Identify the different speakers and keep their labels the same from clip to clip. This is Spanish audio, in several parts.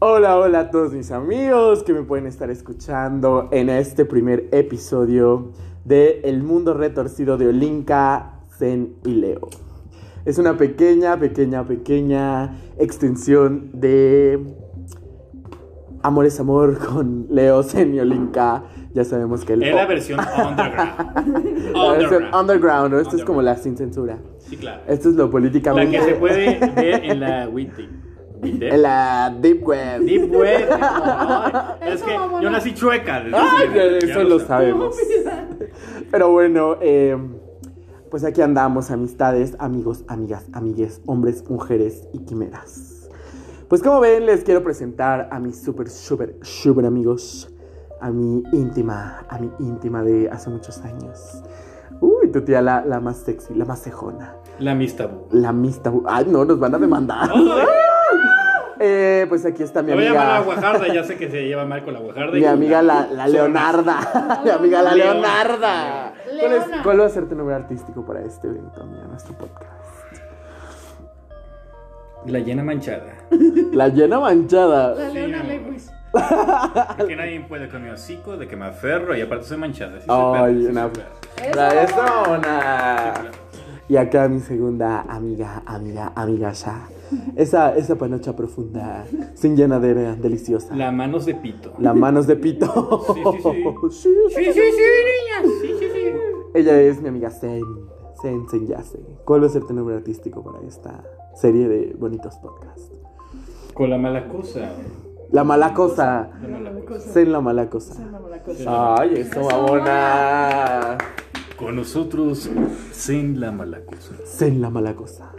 Speaker 1: Hola, hola a todos mis amigos que me pueden estar escuchando en este primer episodio de El Mundo Retorcido de Olinka, Zen y Leo. Es una pequeña, pequeña, pequeña extensión de Amor es Amor con Leo, Zen y Olinka. Ya sabemos que el...
Speaker 2: Es la versión underground.
Speaker 1: Oh. la versión underground, ¿no? Esto es como la sin censura.
Speaker 2: Sí, claro.
Speaker 1: Esto es lo
Speaker 2: La que
Speaker 1: políticamente...
Speaker 2: se puede ver en la Witty.
Speaker 1: en la Deep Web.
Speaker 2: Deep Web. no, es
Speaker 3: Eso,
Speaker 2: que
Speaker 3: mamá.
Speaker 2: yo nací chueca. desde
Speaker 1: Ay,
Speaker 2: siempre, ya
Speaker 1: eso lo
Speaker 2: sé.
Speaker 1: sabemos. Pero bueno, eh, pues aquí andamos, amistades, amigos, amigas, amigues, hombres, mujeres y quimeras. Pues como ven, les quiero presentar a mis súper, súper, súper amigos, a mi íntima, a mi íntima de hace muchos años. Uy, tu tía la, la más sexy, la más cejona,
Speaker 2: La Mistabu.
Speaker 1: la mista. Ay, no, nos van a demandar. Eh, pues aquí está mi
Speaker 2: Me voy a llamar a
Speaker 1: amiga.
Speaker 2: Guajarda, ya sé que se lleva mal con la Guajarda.
Speaker 1: Mi
Speaker 2: y con
Speaker 1: amiga la, la
Speaker 2: Zona.
Speaker 1: Leonarda. Mi amiga la
Speaker 2: Leona.
Speaker 1: Leonarda. ¿Cuál, es-
Speaker 3: Leona.
Speaker 1: cuál va a ser tu nombre artístico para este evento, mira, nuestro podcast?
Speaker 2: La llena manchada.
Speaker 1: La llena manchada.
Speaker 3: La
Speaker 2: Sí,
Speaker 3: Leona
Speaker 2: no.
Speaker 3: Lewis.
Speaker 2: que nadie puede con mi hocico de que me aferro y aparte soy manchada. sí soy
Speaker 1: Ay,
Speaker 2: perra, sí
Speaker 1: una.
Speaker 2: soy perra.
Speaker 1: La es una. Y acá mi segunda amiga, amiga, amiga ya. Esa, esa panocha profunda, sin llenadera, deliciosa.
Speaker 2: La manos de pito.
Speaker 1: La manos de pito.
Speaker 2: Sí, sí,
Speaker 1: Sí, sí.
Speaker 2: Sí, sí, sí, niña. Sí, sí, sí.
Speaker 1: Ella es mi amiga Zen. Zen, Zen Yase. ¿Cuál va a ser tu nombre artístico para esta serie de bonitos podcasts?
Speaker 2: Con la mala cosa.
Speaker 1: La mala cosa.
Speaker 2: La mala cosa.
Speaker 1: Zen la mala cosa. Ay, eso, babona.
Speaker 2: Con nosotros, sin la mala cosa.
Speaker 1: Zen la mala cosa.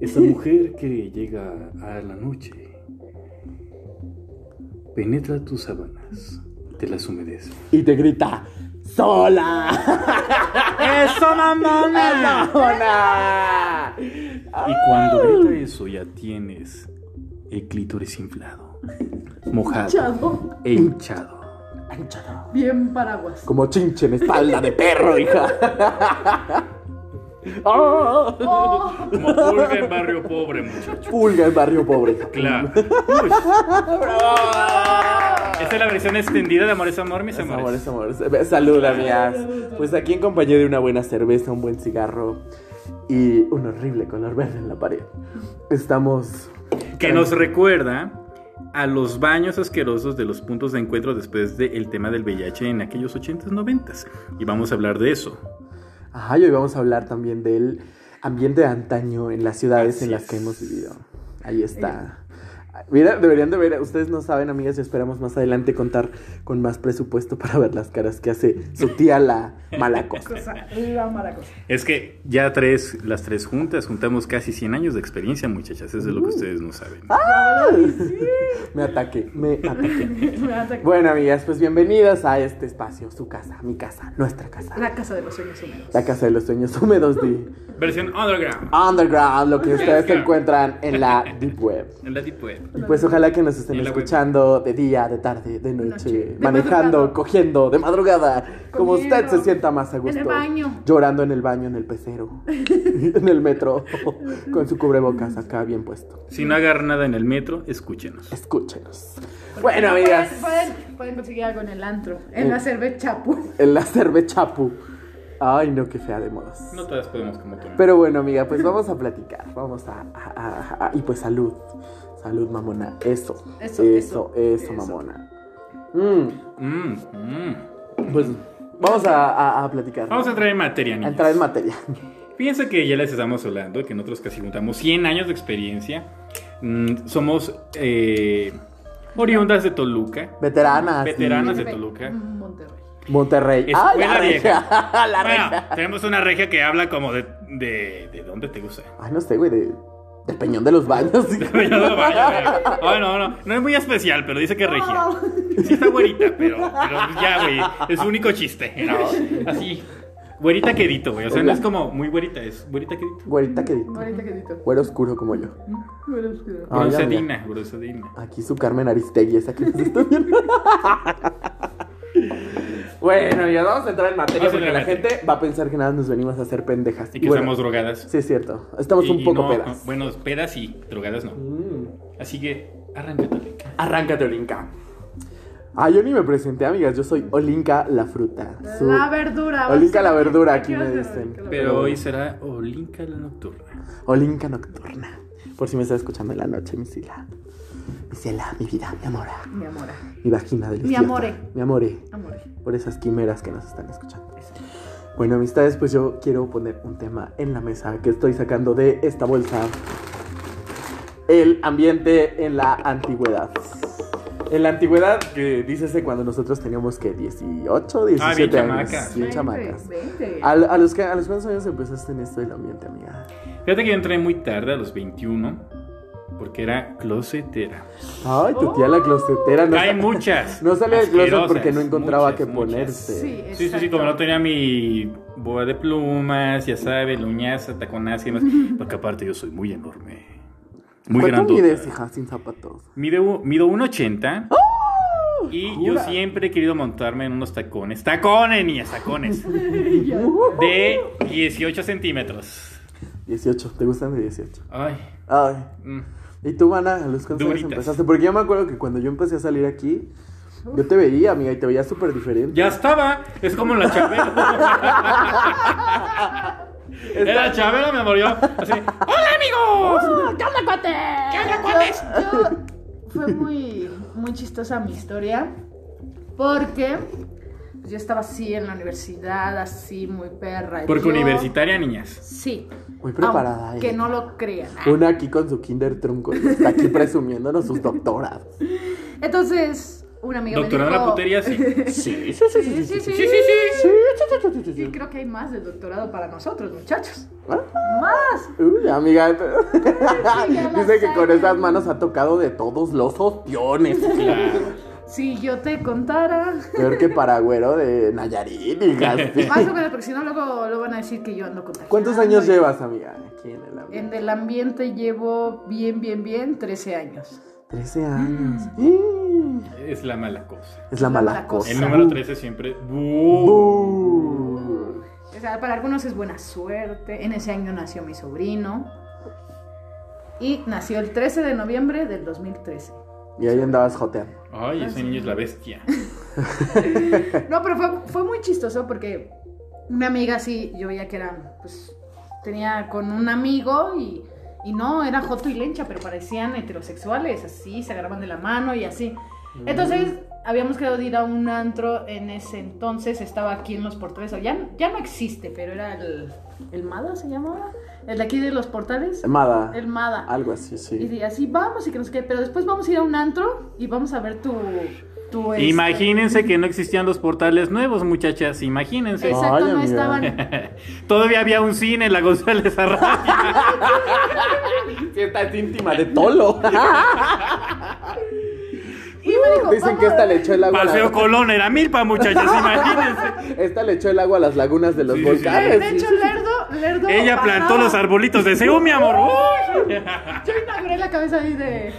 Speaker 2: Esa mujer que llega a la noche penetra tus sábanas, te las humedece.
Speaker 1: Y te grita, ¡Sola!
Speaker 2: ¡Eso, mamona!
Speaker 1: ¡Sola!
Speaker 2: Y cuando grita eso, ya tienes el clítoris inflado, mojado
Speaker 3: Chavo,
Speaker 2: e hinchado.
Speaker 3: bien paraguas.
Speaker 1: Como chinche en espalda de perro, hija. ¡Oh!
Speaker 3: Oh,
Speaker 2: Como pulga en barrio pobre, muchacho.
Speaker 1: Pulga en barrio pobre.
Speaker 2: Claro. Uy. Esta es la versión extendida de Amores Amor, mis amores.
Speaker 1: Amores, amores. Eh, Salud, amigas. Pues aquí en compañía de una buena cerveza, un buen cigarro y un horrible color verde en la pared. Estamos.
Speaker 2: Que nos recuerda a los baños asquerosos de los puntos de encuentro después del tema del VIH en aquellos 80s, 90s. Y vamos a hablar de eso.
Speaker 1: Ajá, y hoy vamos a hablar también del ambiente de antaño en las ciudades
Speaker 2: Así
Speaker 1: en las
Speaker 2: es. Eh,
Speaker 1: que hemos vivido. Ahí está. Mira, deberían de ver, ustedes no saben, amigas, y esperamos más adelante contar con más presupuesto para ver las caras que hace su tía la mala cosa.
Speaker 3: cosa, la maracosa.
Speaker 2: Es que ya tres, las tres juntas, juntamos casi 100 años de experiencia, muchachas. Eso es
Speaker 1: Uh.
Speaker 2: lo que ustedes no saben.
Speaker 1: Me ataque, me ataque.
Speaker 3: Me ataca.
Speaker 1: Bueno, amigas, pues bienvenidas a este espacio, su casa, mi casa, nuestra casa.
Speaker 3: La casa de los sueños húmedos.
Speaker 1: La casa de los sueños húmedos de
Speaker 2: Versión underground.
Speaker 1: Underground, lo que ustedes
Speaker 2: claro.
Speaker 1: encuentran en la Deep Web.
Speaker 2: En la tipo de-
Speaker 1: Y pues ojalá que nos estén
Speaker 2: En la web.
Speaker 1: escuchando de día, de tarde, de
Speaker 3: Noche.
Speaker 1: noche,
Speaker 3: De
Speaker 1: manejando,
Speaker 3: madrugada.
Speaker 1: cogiendo, de madrugada, como
Speaker 3: Comiendo.
Speaker 1: usted se sienta más a
Speaker 3: En
Speaker 1: gusto.
Speaker 3: el baño.
Speaker 1: Llorando en el baño, en el pecero, en el metro, con su cubrebocas acá bien puesto.
Speaker 2: Si no agarran nada en el metro, escúchenos.
Speaker 1: Escúchenos. Bueno, amigas, Eh.
Speaker 3: Pueden, pueden, pueden conseguir algo en el antro. En la cerveza chapu.
Speaker 1: en la cerve chapu. Ay, no, qué fea de modos.
Speaker 2: No todas podemos como tú.
Speaker 1: Pero bueno, amiga, pues vamos a platicar. Vamos a. a- a- a- y pues salud. Salud, mamona. Eso. Eso,
Speaker 3: Eso,
Speaker 1: eso,
Speaker 3: eso, eso.
Speaker 1: mamona. Mm,
Speaker 2: Mm, mm.
Speaker 1: pues vamos a, a- a platicar.
Speaker 2: Vamos a entrar en materia,
Speaker 1: A
Speaker 2: niños.
Speaker 1: entrar en materia.
Speaker 2: Piensa que ya les estamos hablando, que nosotros casi juntamos 100 años de experiencia. Mm, somos eh, oriundas de Toluca.
Speaker 1: Veteranas. y
Speaker 2: Veteranas de Toluca.
Speaker 3: Monterrey.
Speaker 1: Monterrey. ¡Ah, la
Speaker 2: Escuela
Speaker 1: regia! la
Speaker 2: Bueno,
Speaker 1: regia.
Speaker 2: tenemos una regia que habla como de... ¿De, de dónde te gusta?
Speaker 1: Ay, no sé, güey. De, del Peñón de los Baños.
Speaker 2: Yo no, vaya, vaya. Ay, no, no, no es muy especial, pero dice que es regia.
Speaker 3: Oh,
Speaker 2: Sí está güerita, pero, pero ya, güey, es su único chiste. ¿no? Así, güerita quedito, güey. O sea, no es como muy güerita, es güerita quedito.
Speaker 1: Güerita querida.
Speaker 3: Ahorita que dito.
Speaker 1: Güero oscuro como yo.
Speaker 3: Bueno, es que-
Speaker 1: Ay, amiga.
Speaker 2: Grosadina, grosadina.
Speaker 1: Aquí su Carmen Aristegui, esa que nos está viendo. Bueno, ya vamos a entrar en materia
Speaker 2: Vamos a
Speaker 1: porque la
Speaker 2: entrar en
Speaker 1: gente va a pensar que nada nos venimos a hacer pendejas.
Speaker 2: Y que
Speaker 1: Bueno,
Speaker 2: estamos drogadas.
Speaker 1: Sí, es cierto. Estamos
Speaker 2: Y-
Speaker 1: un
Speaker 2: y
Speaker 1: poco
Speaker 2: no,
Speaker 1: pedas.
Speaker 2: Bueno, pedas y drogadas no.
Speaker 1: Mm.
Speaker 2: Así que, arráncate.
Speaker 1: Arráncate, Olinka. Ah, yo ni me presenté, amigas. Yo soy Olinka la fruta. Su-
Speaker 3: La verdura.
Speaker 1: Olinka la verdura, aquí
Speaker 3: ¿Qué
Speaker 1: me
Speaker 3: vas a hacer?
Speaker 1: dicen.
Speaker 3: Olinka la
Speaker 2: Pero hoy será Olinka la nocturna.
Speaker 1: Olinka nocturna. Por si me está escuchando en la noche, mi Sila. Mi Sila, mi vida, mi amora.
Speaker 3: Mi ah, amora.
Speaker 1: Mi vagina deliciosa.
Speaker 3: amore.
Speaker 1: Mi amore.
Speaker 3: Amore.
Speaker 1: Por esas quimeras que nos están escuchando.
Speaker 3: Eso.
Speaker 1: Bueno, amistades, pues yo quiero poner un tema en la mesa que estoy sacando de esta bolsa. El ambiente en la antigüedad. En la antigüedad, que dícese cuando nosotros teníamos que 18,
Speaker 2: Ah,
Speaker 1: 17 años.
Speaker 2: chamacas.
Speaker 1: Bien
Speaker 3: Veinte,
Speaker 1: chamacas.
Speaker 3: veinte.
Speaker 1: ¿A, a los, que- ¿A los cuántos años empezaste en esto del ambiente, amiga?
Speaker 2: Fíjate que yo entré muy tarde, a los 21, porque era closetera.
Speaker 1: Ay, tu tía la closetera. No,
Speaker 2: Hay
Speaker 1: sa-
Speaker 2: muchas.
Speaker 1: no salía del closet
Speaker 2: asquerosas,
Speaker 1: porque no encontraba
Speaker 2: muchas,
Speaker 1: qué
Speaker 2: muchas.
Speaker 1: ponerse.
Speaker 3: Sí,
Speaker 2: Sí, sí, sí,
Speaker 3: exacto.
Speaker 2: como no tenía mi boa de plumas, ya sabes, luñaza, taconazo y demás. Porque aparte yo soy muy enorme. Muy
Speaker 1: ¿Cuánto
Speaker 2: grande.
Speaker 1: mides, hija, sin zapatos?
Speaker 2: Mido, u- mido 1,80. y
Speaker 1: ¡Oh! Jura.
Speaker 2: yo siempre he querido montarme en unos tacones. ¡Tacones, niñas! ¡Tacones! De 18 centímetros.
Speaker 1: 18, ¿te gustan de 18?
Speaker 2: Ay.
Speaker 1: Ay.
Speaker 2: mm.
Speaker 1: ¿Y tú, Ana, a los cuántos años
Speaker 2: Duritas.
Speaker 1: empezaste? Porque yo me acuerdo que cuando yo empecé a salir aquí, yo te veía, amiga, y te veía súper diferente.
Speaker 2: Ya estaba. Es como la chavera. Era chavera, me murió. Así. ¡Hola, amigos!
Speaker 3: ¡Qué onda, cuate! Yo- yo- Fue muy, muy chistosa mi historia porque pues, yo estaba así en la universidad, así muy perra.
Speaker 2: Porque
Speaker 3: Yo-
Speaker 2: universitaria, niñas.
Speaker 3: Sí.
Speaker 1: Muy preparada,
Speaker 3: Que
Speaker 1: eh.
Speaker 3: no lo crean.
Speaker 1: Una aquí con su kinder trunco, y está aquí presumiéndonos sus doctoras.
Speaker 3: Entonces, una amiga
Speaker 2: Doctorada
Speaker 3: me
Speaker 2: en
Speaker 3: dijo...
Speaker 2: la putería, sí.
Speaker 1: Sí, sí, sí, sí, sí, sí, sí, sí, sí, sí, sí,
Speaker 3: Sí,
Speaker 1: sí.
Speaker 3: creo que hay más de doctorado para nosotros, muchachos.
Speaker 1: Ah,
Speaker 3: ¡Más!
Speaker 1: Uy, amiga, eh,
Speaker 3: ya la
Speaker 1: dice que con
Speaker 3: saben.
Speaker 1: esas manos ha tocado de todos los opciones.
Speaker 2: Claro.
Speaker 3: Si yo te contara...
Speaker 1: Peor que paragüero de Nayarit, hija. sí.
Speaker 3: Más o menos, porque si no luego lo van a decir que yo ando contagiando.
Speaker 1: ¿Cuántos años llevas, amiga, aquí en el ambiente?
Speaker 3: En el ambiente llevo bien, bien, bien 13 años.
Speaker 1: 13 años. Mm.
Speaker 2: Es la mala cosa.
Speaker 1: Es la mala
Speaker 3: mala
Speaker 1: cosa.
Speaker 2: El
Speaker 3: cosa.
Speaker 2: número 13 siempre.
Speaker 1: Uh.
Speaker 3: O sea, para algunos es buena suerte. En ese año nació mi sobrino. Y nació el 13 de noviembre del 2013.
Speaker 1: Y ahí andabas joteando.
Speaker 2: Ay, ese niño es Pues- la bestia.
Speaker 3: No, pero fue, fue muy chistoso porque una amiga sí, yo veía que era, pues, tenía con un amigo y, y no, era Joto y Lencha, pero parecían heterosexuales, así, se agarraban de la mano y así. Entonces, habíamos quedado de ir a un antro en ese entonces, estaba aquí en los portales, ya, ya no existe, pero era el, el Mada, se llamaba, el de aquí de los portales,
Speaker 1: Mada.
Speaker 3: el Mada.
Speaker 1: Algo así,
Speaker 3: Y
Speaker 1: sí.
Speaker 3: de- así vamos y que no sé qué, pero después vamos a ir a un antro y vamos a ver tu... tu este,
Speaker 2: Imagínense que no existían los portales nuevos, muchachas. Imagínense.
Speaker 1: Esa-
Speaker 3: Exacto,
Speaker 1: Ay,
Speaker 3: no
Speaker 1: amiga.
Speaker 3: estaban...
Speaker 2: Todavía había un cine en la González Arraya.
Speaker 1: Fiesta es íntima de Tolo.
Speaker 3: Y me dijo,
Speaker 1: Dicen que esta le echó el agua. a la-
Speaker 2: Paseo Colón era milpa, muchachas. Imagínense.
Speaker 1: Esta le echó el agua a las lagunas de los
Speaker 2: Sí, sí, sí.
Speaker 3: De,
Speaker 1: volcanes.
Speaker 3: de
Speaker 1: sí,
Speaker 3: hecho,
Speaker 1: sí, sí.
Speaker 3: Lerdo, Lerdo.
Speaker 2: Ella plantó
Speaker 3: bajaba.
Speaker 2: los arbolitos de Seúl, mi amor. Uy.
Speaker 3: Yo inauguré la cabeza ahí de.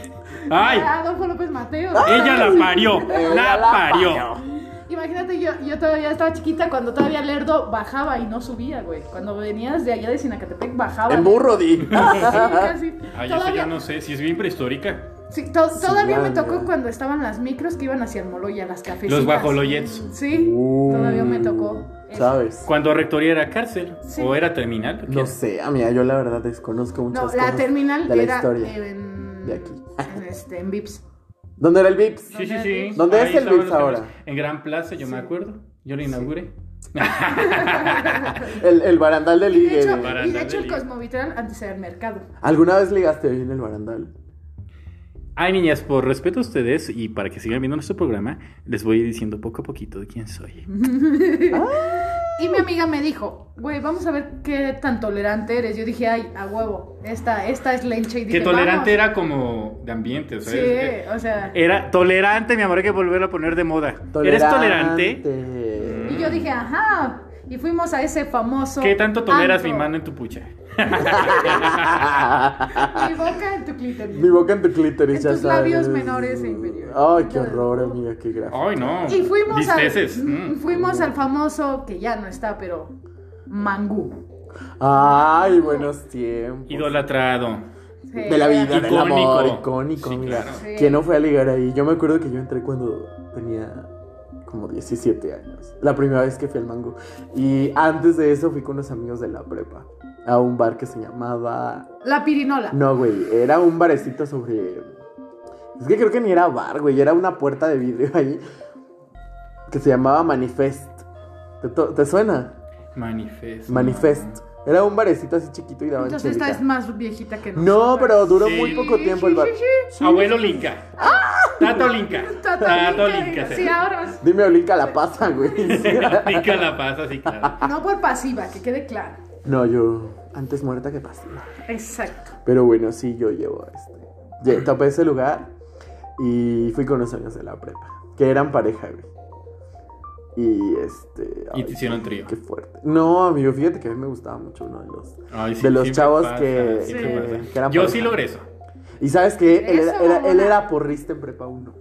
Speaker 2: Ay.
Speaker 3: de Adolfo López Mateo.
Speaker 2: Ella la parió.
Speaker 1: Ella
Speaker 2: La
Speaker 3: Ah,
Speaker 2: parió.
Speaker 3: Imagínate, yo, yo todavía estaba chiquita cuando todavía Lerdo bajaba y no subía, güey. Cuando venías de allá de Sinacatepec, bajaba.
Speaker 1: En burro, di.
Speaker 3: Sí, casi.
Speaker 2: Ay, eso
Speaker 3: todavía
Speaker 2: yo no sé. Si es bien prehistórica.
Speaker 3: sí, to- todavía
Speaker 1: Sí,
Speaker 3: me
Speaker 1: ya,
Speaker 3: tocó
Speaker 1: ya.
Speaker 3: cuando estaban las micros que iban hacia el Moloya, las cafecitas.
Speaker 2: Los bajoloyets.
Speaker 3: Sí,
Speaker 1: Uh.
Speaker 3: todavía me tocó. eso.
Speaker 1: ¿Sabes?
Speaker 2: Cuando rectoría era cárcel.
Speaker 3: Sí.
Speaker 2: O era terminal. porque
Speaker 1: No sé, amiga, yo la verdad desconozco muchas
Speaker 3: No,
Speaker 1: cosas.
Speaker 3: la terminal
Speaker 1: de la
Speaker 3: era eh,
Speaker 1: historia.
Speaker 3: en.
Speaker 1: de aquí.
Speaker 3: en este, en Vips.
Speaker 1: ¿Dónde era el Vips?
Speaker 2: Sí, sí,
Speaker 3: ¿Dónde
Speaker 2: sí.
Speaker 3: es?
Speaker 1: ¿Dónde es el
Speaker 2: estaban
Speaker 1: Vips
Speaker 2: los
Speaker 1: ahora?
Speaker 2: camiones. En Gran Plaza, yo me acuerdo. Yo lo inauguré.
Speaker 1: El, el barandal de
Speaker 3: Y de
Speaker 1: ligue.
Speaker 3: hecho,
Speaker 2: Barandal
Speaker 3: y de hecho
Speaker 2: de
Speaker 3: el
Speaker 2: Liga.
Speaker 3: Cosmovitral antes era el mercado.
Speaker 1: ¿Alguna vez ligaste ahí en el barandal?
Speaker 2: Ay, niñas, por respeto a ustedes y para que sigan viendo nuestro programa, les voy diciendo poco a poquito de quién soy.
Speaker 3: Y mi amiga me dijo, güey, vamos a ver qué tan tolerante eres. Yo dije, ay, a huevo, esta, esta es lencha. Y dije,
Speaker 2: que tolerante
Speaker 3: "Vamos".
Speaker 2: era como de ambiente, o sea, es-
Speaker 3: Sí, o sea.
Speaker 2: era tolerante, mi amor, hay que volverlo a poner de moda. ¿Eres tolerante?
Speaker 1: Tolerante.
Speaker 3: Y yo dije, ajá. Y fuimos a ese famoso.
Speaker 2: ¿Qué tanto toleras
Speaker 3: antro.
Speaker 2: mi mano en tu pucha?
Speaker 3: Mi boca en tu clítoris.
Speaker 1: Mi boca en tu clítoris,
Speaker 3: En
Speaker 1: ya
Speaker 3: tus labios
Speaker 1: sabes.
Speaker 3: menores e inferiores.
Speaker 1: Ay, qué horror, amiga, qué grave.
Speaker 2: Ay, no.
Speaker 3: Y fuimos al,
Speaker 2: Bisteces, mm.
Speaker 3: fuimos al famoso, que ya no está, pero Mangú.
Speaker 1: Ay, buenos tiempos.
Speaker 2: Idolatrado.
Speaker 3: Sí.
Speaker 1: De la vida, del
Speaker 2: Icónico.
Speaker 1: amor, icónico,
Speaker 2: Sí,
Speaker 1: mira.
Speaker 2: claro.
Speaker 3: Sí.
Speaker 1: ¿Quién no fue a ligar ahí? Yo me acuerdo que yo entré cuando tenía como 17 años. La primera vez que fui al mango. Y antes de eso fui con unos amigos de la prepa. A un bar que se llamaba.
Speaker 3: La pirinola.
Speaker 1: No, güey. Era un barecito sobre. Es que creo que ni era bar, güey. Era una puerta de vidrio ahí. Que se llamaba Manifest. ¿Te, to- te suena?
Speaker 2: Manifest.
Speaker 1: Manifest. Era un barecito así chiquito y daban
Speaker 3: Entonces esta
Speaker 1: chelita.
Speaker 3: es más viejita que
Speaker 1: No,
Speaker 3: nosotras.
Speaker 1: pero duró
Speaker 2: Sí.
Speaker 1: muy poco tiempo el bar.
Speaker 3: Sí, sí, sí.
Speaker 1: Sí.
Speaker 2: Abuelo Linca. Tato Linca.
Speaker 3: Ah. Tato
Speaker 2: Tato
Speaker 3: Linca,
Speaker 2: Linca.
Speaker 3: Sí, ahora.
Speaker 1: Dime, Olinka la pasa, güey.
Speaker 2: Linca la pasa, sí, claro.
Speaker 3: Ah, No por pasiva, que quede claro.
Speaker 1: no, yo antes muerta que pasiva.
Speaker 3: Exacto.
Speaker 1: Pero bueno, sí, yo llevo este. Ye- Topé ese lugar y fui con los amigos de la prepa, que eran pareja, güey. Y este.
Speaker 2: Y
Speaker 1: ay,
Speaker 2: te hicieron trío.
Speaker 1: Qué fuerte. No, amigo, fíjate que a mí me gustaba mucho uno de los.
Speaker 2: Ay, sí,
Speaker 1: de los
Speaker 2: siempre
Speaker 1: chavos
Speaker 2: pasa,
Speaker 1: que,
Speaker 2: siempre
Speaker 1: que-
Speaker 2: pasa.
Speaker 1: que eran
Speaker 2: Yo
Speaker 1: pareja.
Speaker 2: sí logré eso.
Speaker 1: Y sabes que él, era,
Speaker 3: Eso,
Speaker 1: era- él
Speaker 3: mamona.
Speaker 1: era porrista en prepa 1.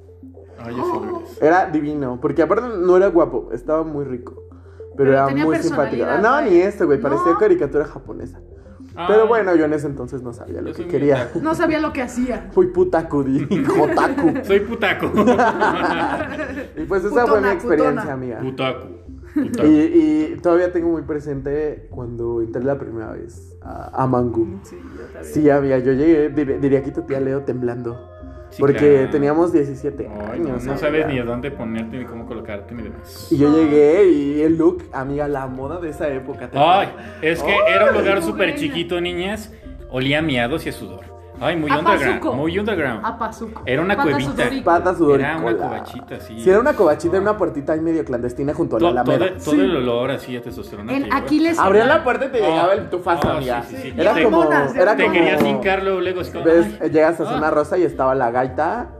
Speaker 2: Ay, yo sí logré eso.
Speaker 1: Era divino, porque aparte no era guapo, estaba muy rico. Pero,
Speaker 3: Pero
Speaker 1: era
Speaker 3: tenía
Speaker 1: muy simpático.
Speaker 3: personalidad,
Speaker 1: No,
Speaker 3: güey.
Speaker 1: ni este, güey, parecía
Speaker 3: No.
Speaker 1: caricatura japonesa.
Speaker 2: Ay,
Speaker 1: Pero bueno, yo en ese entonces no sabía lo
Speaker 2: Ah, yo
Speaker 1: que
Speaker 2: soy muy
Speaker 1: quería.
Speaker 2: otaku.
Speaker 3: No sabía lo que hacía.
Speaker 1: Fui putaku, di- jotaku.
Speaker 3: Oh.
Speaker 2: Soy putaco.
Speaker 1: Y pues esa
Speaker 3: Putona,
Speaker 1: fue mi experiencia,
Speaker 3: putona.
Speaker 1: amiga.
Speaker 2: Putaco.
Speaker 1: Y,
Speaker 2: Putaco.
Speaker 1: y todavía tengo muy presente cuando entré la primera vez a, a Mangú.
Speaker 3: Sí, yo también.
Speaker 1: Sí, amiga, yo llegué, dir- diría que tu tía Leo temblando.
Speaker 2: Sí,
Speaker 1: Porque
Speaker 2: claro.
Speaker 1: teníamos 17
Speaker 2: Ay, no,
Speaker 1: años.
Speaker 2: no
Speaker 1: amiga.
Speaker 2: sabes ni a dónde ponerte ni cómo colocarte ni demás.
Speaker 1: Y yo llegué y el look, amiga, la moda de esa época. ¿te
Speaker 2: Ay,
Speaker 1: acuerdas?
Speaker 2: es que era un lugar
Speaker 3: no,
Speaker 2: súper
Speaker 3: venga.
Speaker 2: chiquito, niñas. Olía a miados y a sudor. Ay, muy
Speaker 3: A
Speaker 2: underground.
Speaker 3: Pazuco.
Speaker 2: Muy underground.
Speaker 3: A Pazuco.
Speaker 2: Era una
Speaker 3: Pata
Speaker 2: cuevita.
Speaker 3: sudorico.
Speaker 1: Pata sudor.
Speaker 2: Era una cobachita, sí.
Speaker 1: Si era una cobachita, era una puertita ahí medio clandestina junto a la
Speaker 2: To- todo,
Speaker 1: alameda.
Speaker 2: todo el olor así a testosterona.
Speaker 3: En
Speaker 2: que llevaba.
Speaker 3: Aquiles.
Speaker 1: Abrían la puerta y te
Speaker 2: Oh,
Speaker 1: llegaba el tufazo,
Speaker 2: oh,
Speaker 1: amiga.
Speaker 2: sí, sí, sí.
Speaker 1: Era
Speaker 2: Te-
Speaker 1: como.
Speaker 3: hormonas,
Speaker 1: Era
Speaker 2: Te
Speaker 1: como.
Speaker 2: querías hincar luego, luego. así como,
Speaker 1: ¿Ves? Eh,
Speaker 2: ay.
Speaker 1: Llegas a Zona
Speaker 2: Ah.
Speaker 1: Rosa y estaba la gaita.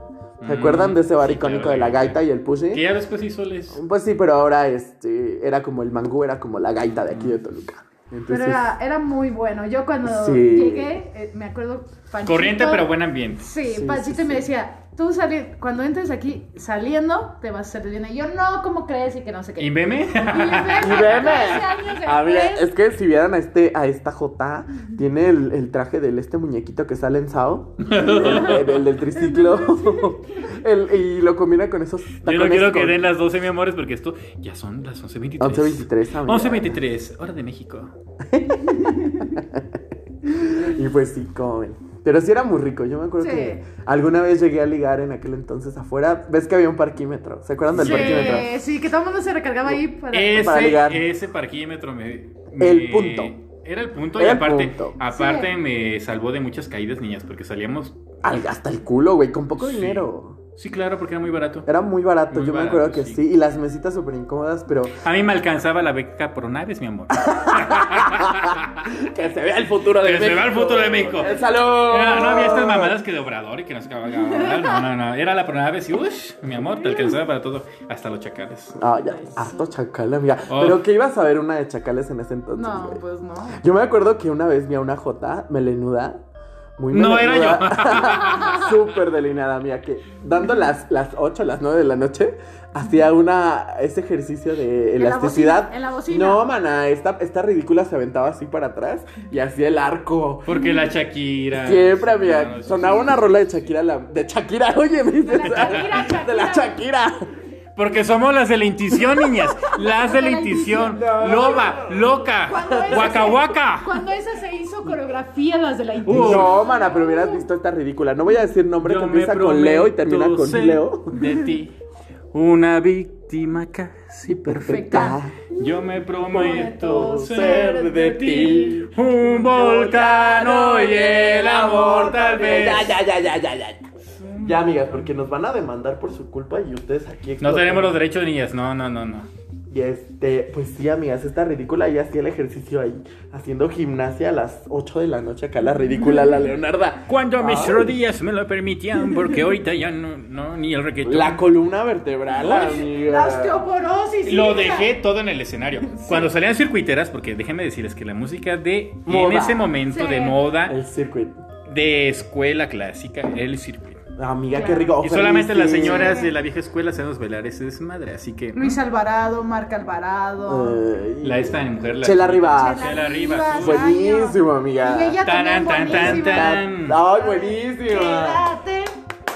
Speaker 1: ¿Se
Speaker 2: Mm,
Speaker 1: acuerdan de ese bar
Speaker 2: sí,
Speaker 1: icónico
Speaker 2: claro,
Speaker 1: de la
Speaker 2: sí.
Speaker 1: gaita y el pussy?
Speaker 2: Ah, Que ya después hizo les.
Speaker 1: Pues sí, pero ahora este era como el mangú, era como la gaita de aquí de Toluca.
Speaker 3: Pero
Speaker 1: Entonces,
Speaker 3: era, era muy bueno. Yo cuando
Speaker 1: Sí.
Speaker 3: llegué, eh, me acuerdo. Panchito-
Speaker 2: Corriente, pero buen ambiente.
Speaker 3: Sí,
Speaker 1: Sí,
Speaker 3: Panchito
Speaker 1: sí,
Speaker 3: me
Speaker 1: sí.
Speaker 3: decía, tú sali cuando entres aquí saliendo, te vas a hacer bien. Y yo, no, ¿cómo crees? Y que no sé qué.
Speaker 2: ¿Y meme?
Speaker 3: Y veme,
Speaker 1: Y veme.
Speaker 3: 13 años
Speaker 1: A ver,
Speaker 3: después,
Speaker 1: Ah, es que si vieran a este, a esta J, tiene el, el traje del este muñequito que sale en Sao, el, el- el del triciclo, El- y lo combina con esos
Speaker 2: Yo no quiero que
Speaker 1: con
Speaker 2: den las 12, mi amores, porque esto ya son las 11.23.
Speaker 1: 11.23, amiga.
Speaker 2: 11.23, hora de México.
Speaker 1: Y pues sí, comen. Pero sí era muy rico, yo me acuerdo
Speaker 3: Sí.
Speaker 1: que alguna vez llegué a ligar en aquel entonces afuera, ves que había un parquímetro, ¿se acuerdan del parquímetro?
Speaker 3: Sí, sí, que todo el mundo se recargaba ahí para...
Speaker 2: Ese,
Speaker 1: para ligar.
Speaker 2: ese parquímetro me,
Speaker 1: El
Speaker 2: me-
Speaker 1: punto.
Speaker 2: Era el punto
Speaker 1: Era
Speaker 2: y
Speaker 1: el
Speaker 2: aparte,
Speaker 1: punto.
Speaker 2: aparte
Speaker 3: Sí.
Speaker 2: me salvó de muchas caídas, niñas, porque salíamos.
Speaker 1: Al, hasta el culo, güey, con poco
Speaker 2: Sí.
Speaker 1: dinero.
Speaker 2: Sí, claro, porque era muy barato.
Speaker 1: Era muy barato,
Speaker 2: Muy
Speaker 1: yo me
Speaker 2: barato,
Speaker 1: acuerdo que sí.
Speaker 2: sí.
Speaker 1: y las mesitas súper incómodas, pero
Speaker 2: A mí me alcanzaba la beca por naves, mi amor.
Speaker 1: que se vea el futuro de
Speaker 2: Que se
Speaker 1: México.
Speaker 2: vea el futuro de México.
Speaker 1: ¡Eh, ¡Salud!
Speaker 2: Era- no había
Speaker 1: Oh.
Speaker 2: estas mamadas que de obrador y que no se acababa. No, no, no. Era la primera vez y, uff, mi amor, te alcanzaba para todo, hasta los chacales.
Speaker 1: Ah, ya, harto chacal, amiga.
Speaker 2: Oh.
Speaker 1: Pero que ibas a ver una de chacales en ese entonces.
Speaker 3: No,
Speaker 1: güey?
Speaker 3: pues no.
Speaker 1: Yo me acuerdo que una vez vi a una J melenuda. Muy
Speaker 2: No,
Speaker 1: era yo. Súper delineada, mía. Que dando las, las 8, las 9 de la noche, hacía una ese ejercicio de
Speaker 3: En la
Speaker 1: elasticidad.
Speaker 3: bocina, en la bocina.
Speaker 1: No, mana, esta, esta ridícula se aventaba así para atrás y hacía el arco.
Speaker 2: Porque la Shakira.
Speaker 1: Siempre,
Speaker 2: había
Speaker 1: amiga. Sonaba una rola de Shakira. la- de Shakira, oye, me dices.
Speaker 3: Shakira, Shakira.
Speaker 1: De la Shakira.
Speaker 2: Porque somos las de la intuición, niñas. Las de la intuición.
Speaker 1: No.
Speaker 2: Loba, loca,
Speaker 3: Cuando esa
Speaker 2: guaca,
Speaker 3: se-
Speaker 2: guaca.
Speaker 3: Cuando esa se hizo coreografía, las de la
Speaker 2: Uh.
Speaker 3: intuición.
Speaker 1: No, mana, pero hubieras visto esta ridícula. No voy a decir nombre que
Speaker 2: Yo
Speaker 1: empieza
Speaker 2: me
Speaker 1: con Leo y
Speaker 2: prometo
Speaker 1: termina con
Speaker 2: ser
Speaker 1: Leo.
Speaker 2: De ti. Una víctima casi perfecta.
Speaker 1: Perfecta.
Speaker 2: Yo me prometo ser de ti. Un volcán y el amor tal vez.
Speaker 1: Ya, ya, ya, ya, ya, ya. Ya, amigas, porque nos van a demandar por su culpa y ustedes aquí.
Speaker 2: No
Speaker 1: explotan.
Speaker 2: tenemos los derechos, niñas. No, no, no, no.
Speaker 1: Y este, pues sí, amigas, esta ridícula ya hacía el ejercicio ahí, haciendo gimnasia a las 8 de la noche acá, la ridícula, la Leonarda.
Speaker 2: Cuando mis
Speaker 1: Ay.
Speaker 2: rodillas me lo permitían, porque ahorita ya no, no ni el requetón.
Speaker 1: La columna vertebral,
Speaker 3: La
Speaker 1: amiga.
Speaker 3: osteoporosis.
Speaker 2: Lo
Speaker 3: hija.
Speaker 2: dejé todo en el escenario. Cuando salían circuiteras, porque déjenme decirles que la música de en
Speaker 1: Moda.
Speaker 2: ese momento
Speaker 3: Sí.
Speaker 2: de moda,
Speaker 1: El circuit.
Speaker 2: de escuela clásica, era el circuito.
Speaker 1: Amiga,
Speaker 3: Claro.
Speaker 1: qué rico.
Speaker 2: Y
Speaker 1: Ojalá
Speaker 2: solamente
Speaker 1: sí.
Speaker 2: las señoras de la vieja escuela sabemos bailar ese desmadre, así que mm.
Speaker 3: Luis Alvarado, Marc Alvarado.
Speaker 1: Ay.
Speaker 2: la esta de mujer la
Speaker 1: Chela Rivas.
Speaker 2: Chela Rivas.
Speaker 3: Rivas.
Speaker 1: ah, Buenísimo, amiga.
Speaker 3: Y ella
Speaker 2: Tarán, tan,
Speaker 3: también
Speaker 2: tan,
Speaker 3: buenísima.
Speaker 2: tan.
Speaker 1: Ay, buenísima.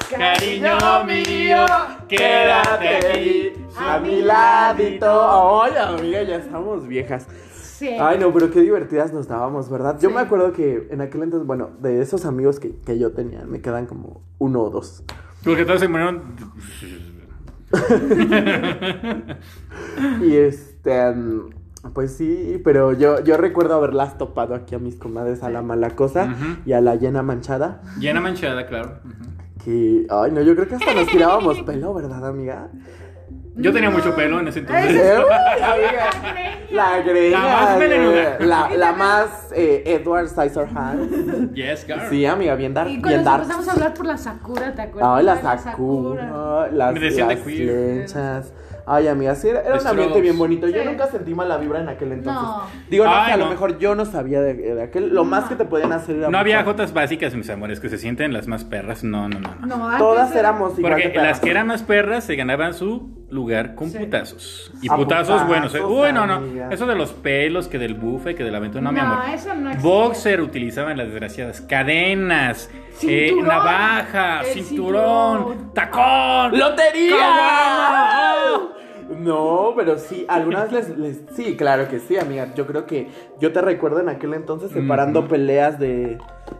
Speaker 3: Quédate,
Speaker 2: Cariño mío, quédate aquí
Speaker 1: a mi ladito. Ay, amiga, ya estamos viejas.
Speaker 3: Sí.
Speaker 1: Ay, no, pero qué divertidas nos dábamos, ¿verdad? Yo
Speaker 3: Sí.
Speaker 1: me acuerdo que en aquel entonces, bueno, de esos amigos que, que yo tenía, me quedan como uno o dos.
Speaker 2: porque todos se murieron
Speaker 1: Y este, mm, pues sí, pero yo, yo recuerdo haberlas topado aquí a mis comadres, a la mala cosa
Speaker 2: Ujú.
Speaker 1: y a la llena manchada.
Speaker 2: llena manchada, claro. Ujú.
Speaker 1: Que, ay, no, yo creo que hasta nos tirábamos pelo, ¿verdad, amiga?
Speaker 2: Yo tenía
Speaker 3: No.
Speaker 2: mucho pelo en ese entonces.
Speaker 1: Eh, uy, amiga. La greña.
Speaker 2: La más melenuda.
Speaker 1: eh, La, la más eh, Edward Scissorhands.
Speaker 2: Yes, girl.
Speaker 1: Sí, amiga, bien dar.
Speaker 3: Y
Speaker 1: Bien
Speaker 3: cuando
Speaker 1: dar.
Speaker 3: empezamos a hablar por la Sakura, ¿te acuerdas?
Speaker 1: Ay, la
Speaker 3: De
Speaker 1: Sakura. Las,
Speaker 2: Me decían de
Speaker 1: las
Speaker 2: queer.
Speaker 1: lenchas. Ay, amiga, sí, era, era un
Speaker 2: Los
Speaker 1: ambiente
Speaker 2: trolls.
Speaker 1: bien bonito. Yo
Speaker 3: Sí.
Speaker 1: nunca sentí mala vibra en aquel entonces.
Speaker 3: No.
Speaker 1: Digo, no,
Speaker 2: Ay,
Speaker 1: que a
Speaker 2: no.
Speaker 1: lo mejor yo no sabía de, de aquel. Lo más que te podían hacer era.
Speaker 2: No había
Speaker 1: mucho-
Speaker 2: jotas básicas, mis amores, que se sienten las más perras. No, no, no. no.
Speaker 3: No, antes
Speaker 1: Todas
Speaker 3: era-
Speaker 1: éramos igual
Speaker 2: Porque
Speaker 1: de perras.
Speaker 2: las que eran más perras se ganaban su lugar con
Speaker 3: Sí.
Speaker 2: putazos. Y
Speaker 1: A
Speaker 2: putazos,
Speaker 1: putazos,
Speaker 2: buenos. eh. Uy, no, no.
Speaker 1: amiga.
Speaker 2: Eso de los pelos, que del bufe, que del aventón, no, mi
Speaker 3: No,
Speaker 2: amor.
Speaker 3: eso no existe.
Speaker 2: Boxer utilizaban las desgraciadas. Cadenas, eh,
Speaker 3: Cinturón.
Speaker 2: navaja,
Speaker 3: El
Speaker 2: cinturón,
Speaker 3: cinturón.
Speaker 2: tacón.
Speaker 1: ¡Lotería!
Speaker 2: ¡Caguama!
Speaker 1: No, pero sí, algunas les, les- Sí, claro que sí, amiga. Yo creo que. Yo te recuerdo en aquel entonces separando peleas de.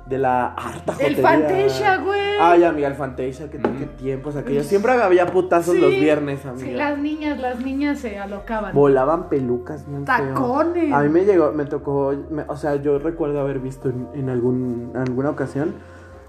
Speaker 1: De la harta
Speaker 3: El
Speaker 1: jotería.
Speaker 3: Fantasia, güey.
Speaker 1: Ay, amiga, el Fantasia, que qué tiempos aquellos. Siempre había putazos
Speaker 3: Sí.
Speaker 1: los viernes, amiga.
Speaker 3: Sí, las niñas, las niñas se alocaban.
Speaker 1: Volaban pelucas, bien feo.
Speaker 3: Tacones.
Speaker 1: A mí me llegó, me tocó, me- o sea, yo recuerdo haber visto en, en algún, en alguna ocasión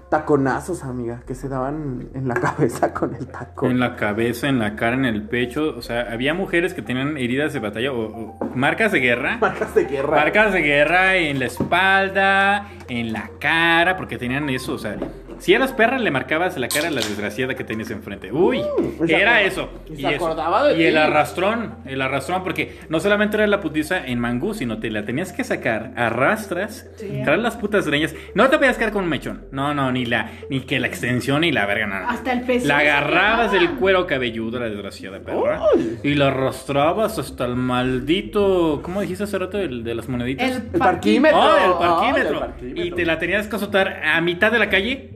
Speaker 1: taconazos, amiga, que se daban en la cabeza con el tacón.
Speaker 2: En la cabeza, en la cara, en el pecho. O sea, había mujeres que tenían heridas de batalla o, o marcas de guerra.
Speaker 1: Marcas de guerra.
Speaker 2: Marcas de guerra en la espalda, en la cara, porque tenían eso, o sea, si eras perra le marcabas la cara a la desgraciada que tenías enfrente. Uy,
Speaker 1: Mm, y se
Speaker 2: era
Speaker 1: acorda-
Speaker 2: eso.
Speaker 1: y se
Speaker 2: eso.
Speaker 1: acordaba de
Speaker 2: Y el
Speaker 1: ti.
Speaker 2: arrastrón, el arrastrón, porque no solamente era la putiza en mangú, sino te la tenías que sacar, arrastras,
Speaker 3: Sí.
Speaker 2: traes las putas greñas. No te podías quedar con un mechón. No, no, ni la, ni que la extensión ni la verga, no, no.
Speaker 3: Hasta el pezón
Speaker 2: La
Speaker 3: se
Speaker 2: agarrabas del
Speaker 3: quedaba.
Speaker 2: cuero cabelludo, la desgraciada perra.
Speaker 1: Ay.
Speaker 2: Y la arrastrabas hasta el maldito. ¿Cómo dijiste hace rato? El de las moneditas.
Speaker 3: El
Speaker 1: El parquímetro.
Speaker 2: Oh, el
Speaker 1: Ay,
Speaker 2: parquímetro.
Speaker 1: Ah, el parquímetro.
Speaker 2: Y te la tenías que azotar a mitad de la calle.